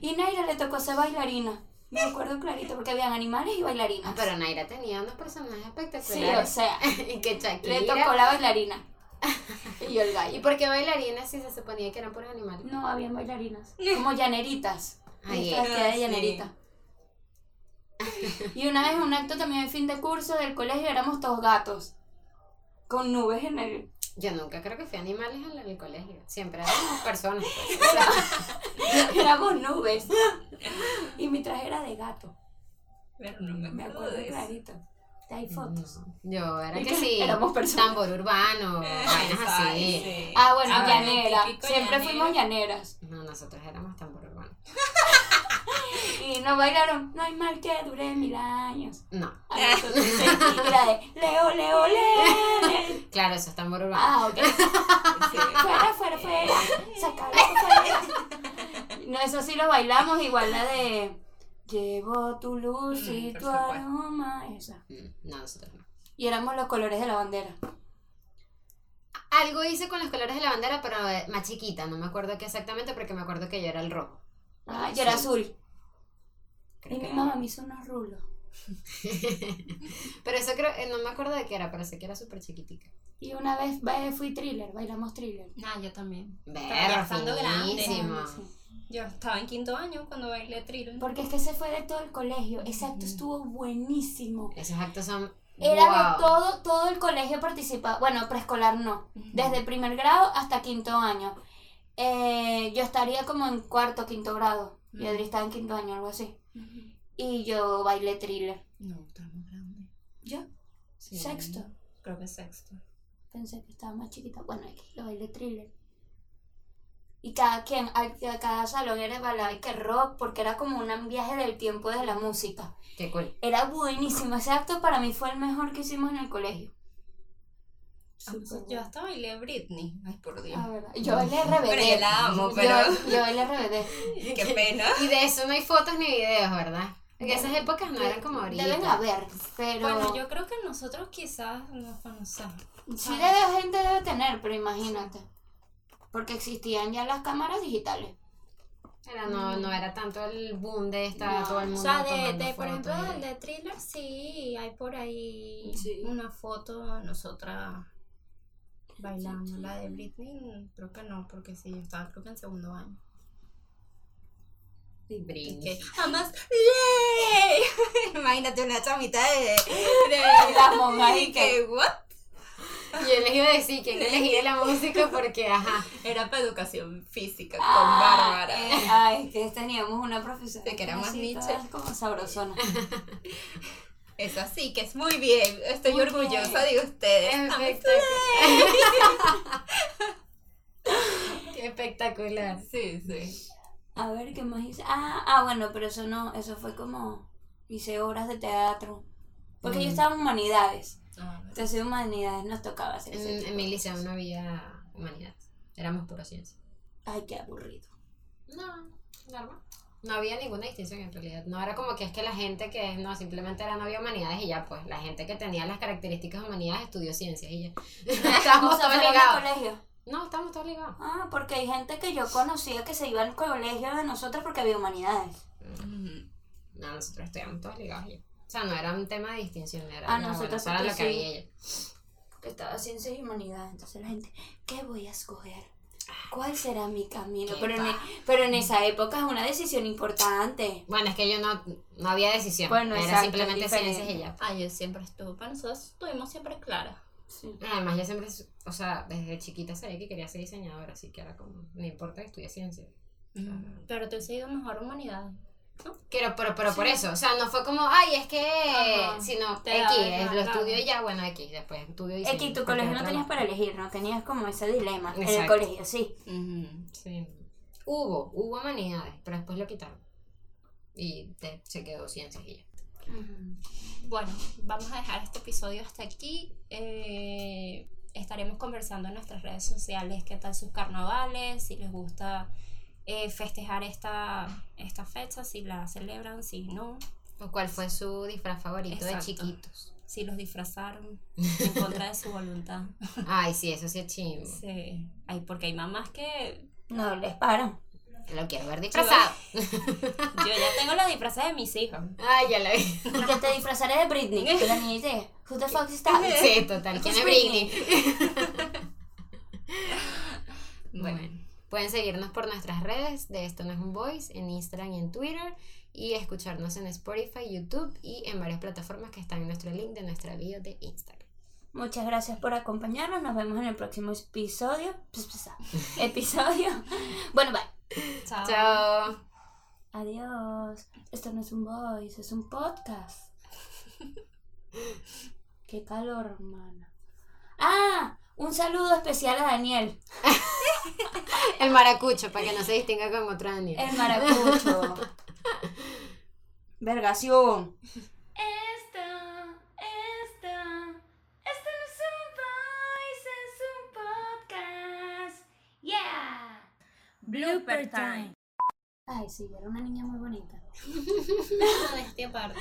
Speaker 3: Y Naira le tocó ser bailarina. Me acuerdo clarito, porque habían animales y
Speaker 1: Ah,
Speaker 3: bailarinas.
Speaker 2: Pero Naira tenía unos personajes
Speaker 3: sí, o
Speaker 2: espectaculares.
Speaker 3: sea,
Speaker 2: y que Shakira.
Speaker 3: le tocó la bailarina. Y yo el
Speaker 2: ¿Y
Speaker 3: gallo.
Speaker 2: por qué bailarinas si se suponía que eran puros animales?
Speaker 3: No, habían bailarinas. Como llaneritas.
Speaker 2: Ay,
Speaker 3: Vestida de
Speaker 1: sí.
Speaker 3: llanerita. Y una vez en un acto también de fin de curso del colegio éramos todos gatos. Con nubes en el.
Speaker 2: Yo nunca creo que fui animales al, al colegio. Siempre éramos personas. pues.
Speaker 3: éramos nubes. Y mi traje era de gato.
Speaker 1: Pero no me
Speaker 3: Me
Speaker 1: acuerdo
Speaker 3: acuerdo
Speaker 1: de eso.
Speaker 3: clarito. Hay fotos.
Speaker 2: Yo era
Speaker 3: ¿Y
Speaker 2: que
Speaker 3: qué?
Speaker 2: sí.
Speaker 3: Éramos personas.
Speaker 2: Tambor urbano,
Speaker 1: Ah,
Speaker 2: vainas
Speaker 1: Ay,
Speaker 2: así.
Speaker 1: sí.
Speaker 3: Ah, bueno,
Speaker 1: Ah, bueno,
Speaker 3: llanera.
Speaker 1: típico
Speaker 3: Siempre
Speaker 1: llanero.
Speaker 3: fuimos llaneras.
Speaker 2: No, nosotros éramos tambor urbano.
Speaker 3: Y nos bailaron. No hay mal que dure mil años.
Speaker 2: No,
Speaker 3: A nosotros sí. Era de Leo, Leo, Leo.
Speaker 2: claro, eso es tambor urbano.
Speaker 3: Ah, ok. Fuera, fuera, fuera. Saca No, eso sí lo bailamos. Igual la de. Llevo tu luz y
Speaker 1: Mm, por
Speaker 3: tu
Speaker 1: supuesto.
Speaker 3: aroma. Esa.
Speaker 2: Mm, No, nosotros no.
Speaker 3: Y éramos los colores de la bandera.
Speaker 2: Algo hice con los colores de la bandera, pero eh, más chiquita. No me acuerdo qué exactamente, porque me acuerdo que yo era el rojo.
Speaker 3: Ah, yo era azul.
Speaker 2: Creo
Speaker 3: Y
Speaker 2: que
Speaker 3: mi
Speaker 2: era.
Speaker 3: mamá me hizo unos rulos.
Speaker 2: Pero eso creo, eh, no me acuerdo de qué era, pero sé que era súper chiquitica.
Speaker 3: Y una vez ba- fui thriller, bailamos thriller. Ah,
Speaker 1: Nah, Ah, yo también.
Speaker 2: Verga,
Speaker 1: estando grande.
Speaker 2: finísimo.
Speaker 3: Sí.
Speaker 1: Yo estaba en quinto año cuando bailé thriller.
Speaker 3: Porque es que se fue de todo el colegio. Ese acto estuvo buenísimo.
Speaker 2: Esos actos son.
Speaker 3: Era
Speaker 2: wow.
Speaker 3: de todo, todo el colegio participaba. Bueno, preescolar no. Desde primer grado hasta quinto año. Eh, yo estaría como en cuarto, quinto grado. Y Adri estaba en quinto año, algo así.
Speaker 1: Ujú.
Speaker 3: Y yo bailé thriller.
Speaker 1: No, estábamos grandes.
Speaker 3: ¿Yo?
Speaker 2: Sí.
Speaker 3: Sexto.
Speaker 1: Creo que sexto.
Speaker 3: Pensé que estaba más chiquita. Bueno, aquí lo bailé thriller. Y cada quien, a- a cada salón era bailaba y que rock, porque era como un viaje del tiempo de la música.
Speaker 2: Qué cool.
Speaker 3: Era buenísimo. Ese acto para mí fue el mejor que hicimos en el colegio.
Speaker 1: Ah, pues, yo hasta bailé Britney. Ay, por Dios.
Speaker 3: La verdad. Ah, Yo bailé RBD.
Speaker 1: Pero yo la amo,
Speaker 3: Yo-
Speaker 1: pero-
Speaker 3: Yo, bailé RBD.
Speaker 1: Qué pena.
Speaker 2: Y de eso no hay fotos ni videos, ¿verdad? Porque esas épocas no eran como ahorita.
Speaker 3: Deben haber, pero.
Speaker 1: Bueno, yo creo que nosotros quizás no conocemos.
Speaker 3: Sí, debe, gente debe tener, pero imagínate. Porque existían ya las cámaras digitales.
Speaker 2: Era, no, no era tanto el boom de esta
Speaker 3: No,
Speaker 2: todo el
Speaker 1: O
Speaker 2: mundo.
Speaker 1: sea, de,
Speaker 2: tomando
Speaker 1: de por
Speaker 2: fotos
Speaker 1: ejemplo, del
Speaker 2: y-
Speaker 1: de thriller, sí, hay por ahí
Speaker 5: Sí.
Speaker 1: una foto de nosotras bailando. La de Britney, creo que no, porque sí, yo estaba creo que en segundo año. Y
Speaker 2: Britney.
Speaker 1: que jamás. ¡Yay! Imagínate una chamita de. de
Speaker 3: Las monjas y que.
Speaker 1: que, ¿what?
Speaker 2: Yo les iba a decir que elegí de la música porque, ajá.
Speaker 1: Era para educación física con
Speaker 3: Ah,
Speaker 1: Bárbara.
Speaker 3: eh, ay, que teníamos una profesora.
Speaker 1: De que era
Speaker 3: como
Speaker 1: más
Speaker 3: así,
Speaker 1: Nietzsche.
Speaker 3: todas Como sabrosona.
Speaker 1: Es así, que es muy bien. Estoy
Speaker 3: Muy
Speaker 1: orgullosa de
Speaker 2: Qué
Speaker 1: ustedes.
Speaker 2: espectacular. Qué espectacular.
Speaker 1: Sí, sí.
Speaker 3: A ver, ¿qué más hice? Ah, ah, bueno, pero eso no, eso fue como. Hice obras de teatro. Porque
Speaker 2: Mm.
Speaker 3: yo estaba en humanidades.
Speaker 1: Ah,
Speaker 3: Entonces, en humanidades nos tocaba hacer eso.
Speaker 2: En, en mi liceo no había humanidades. Éramos puro ciencia.
Speaker 3: Ay, qué aburrido.
Speaker 2: No, normal. No había ninguna distinción en realidad. No era como que es que la gente que no, simplemente era no había humanidades y ya, pues la gente que tenía las características humanidades estudió ciencias y ya.
Speaker 3: O sea,
Speaker 2: estábamos todos
Speaker 3: fueron al
Speaker 2: ligados.
Speaker 3: colegio.
Speaker 2: No, estábamos todos ligados.
Speaker 3: Ah, porque hay gente que yo conocía que se iba al colegio de nosotros porque había humanidades.
Speaker 2: No, nosotros estudiamos todos ligados y ya. O sea, no era un tema de distinción, era,
Speaker 3: Ah,
Speaker 2: era,
Speaker 3: nosotros
Speaker 2: bueno, era lo que
Speaker 3: nosotros
Speaker 2: había y ya.
Speaker 3: Que estaba ciencias y humanidades. Entonces la gente, ¿qué voy a escoger? ¿Cuál será mi camino?
Speaker 2: Qué
Speaker 3: Pero en, e-,
Speaker 2: paja.
Speaker 3: pero en esa época es una decisión importante.
Speaker 2: Bueno, es que yo no, no había decisión.
Speaker 3: Bueno,
Speaker 2: era
Speaker 3: exacto,
Speaker 2: simplemente
Speaker 3: es diferente.
Speaker 2: ciencias y ya.
Speaker 1: Ah, yo siempre estuve. Para nosotros estuvimos siempre claras.
Speaker 2: Además, yo siempre, su- o sea, desde chiquita sabía que quería ser diseñadora, así que era como, no importa que estudie ciencias.
Speaker 1: Pero tú has sido mejor humanidad.
Speaker 2: Pero, pero, pero por eso, o sea, no fue como, ay, es que,
Speaker 1: Ajá.
Speaker 2: sino,
Speaker 1: Te
Speaker 2: aquí,
Speaker 1: daba
Speaker 2: eh,
Speaker 1: igual,
Speaker 2: lo
Speaker 1: claro.
Speaker 2: estudio y ya, bueno, aquí, después estudio y
Speaker 3: Aquí tu colegio no tenías para elegir, no tenías como ese dilema. En el
Speaker 2: Exacto.
Speaker 3: colegio, sí.
Speaker 2: Sí. Hubo, hubo humanidades, pero después lo quitaron. Y te- se quedó ciencias y ya.
Speaker 1: Bueno, vamos a dejar este episodio hasta aquí. Eh, estaremos conversando en nuestras redes sociales qué tal sus carnavales, si les gusta eh, festejar esta, esta fecha, si la celebran, si no,
Speaker 2: ¿O ¿Cuál fue su disfraz favorito
Speaker 1: Exacto.
Speaker 2: de chiquitos?
Speaker 1: si los disfrazaron en contra de su voluntad.
Speaker 2: Ay, sí, eso sí es chimbo.
Speaker 1: Sí. Ay, porque hay mamás que
Speaker 3: No, les paran.
Speaker 2: Lo quiero ver disfrazado.
Speaker 1: yo ya tengo los disfraces de mis hijos.
Speaker 2: Ay, ya lo vi.
Speaker 3: Y que te disfrazaré de Britney. Que la niña dice, ¿Who the fuck is that?
Speaker 2: Sí, total. ¿Quién es
Speaker 1: Pues Britney.
Speaker 2: Britney? Bueno. Pueden seguirnos por nuestras redes de Esto No es un Voice en Instagram y en Twitter. y escucharnos en Spotify, YouTube y en varias plataformas que están en nuestro link de nuestra bio de Instagram.
Speaker 3: Muchas gracias por acompañarnos. Nos vemos en el próximo episodio. Pss, pss, pss, episodio. Bueno, bye.
Speaker 1: Chao.
Speaker 2: Chao.
Speaker 3: Adiós. Esto no es un voice, es un podcast. Qué calor, hermana. Ah, un saludo especial a Daniel,
Speaker 2: El maracucho, para que no se distinga con otro año.
Speaker 3: el maracucho. Vergación.
Speaker 4: Esta, esta, esta no es un voice, es un podcast. Yeah.
Speaker 3: Blooper time. Ay, sí, era una niña muy bonita.
Speaker 1: Modestia aparte.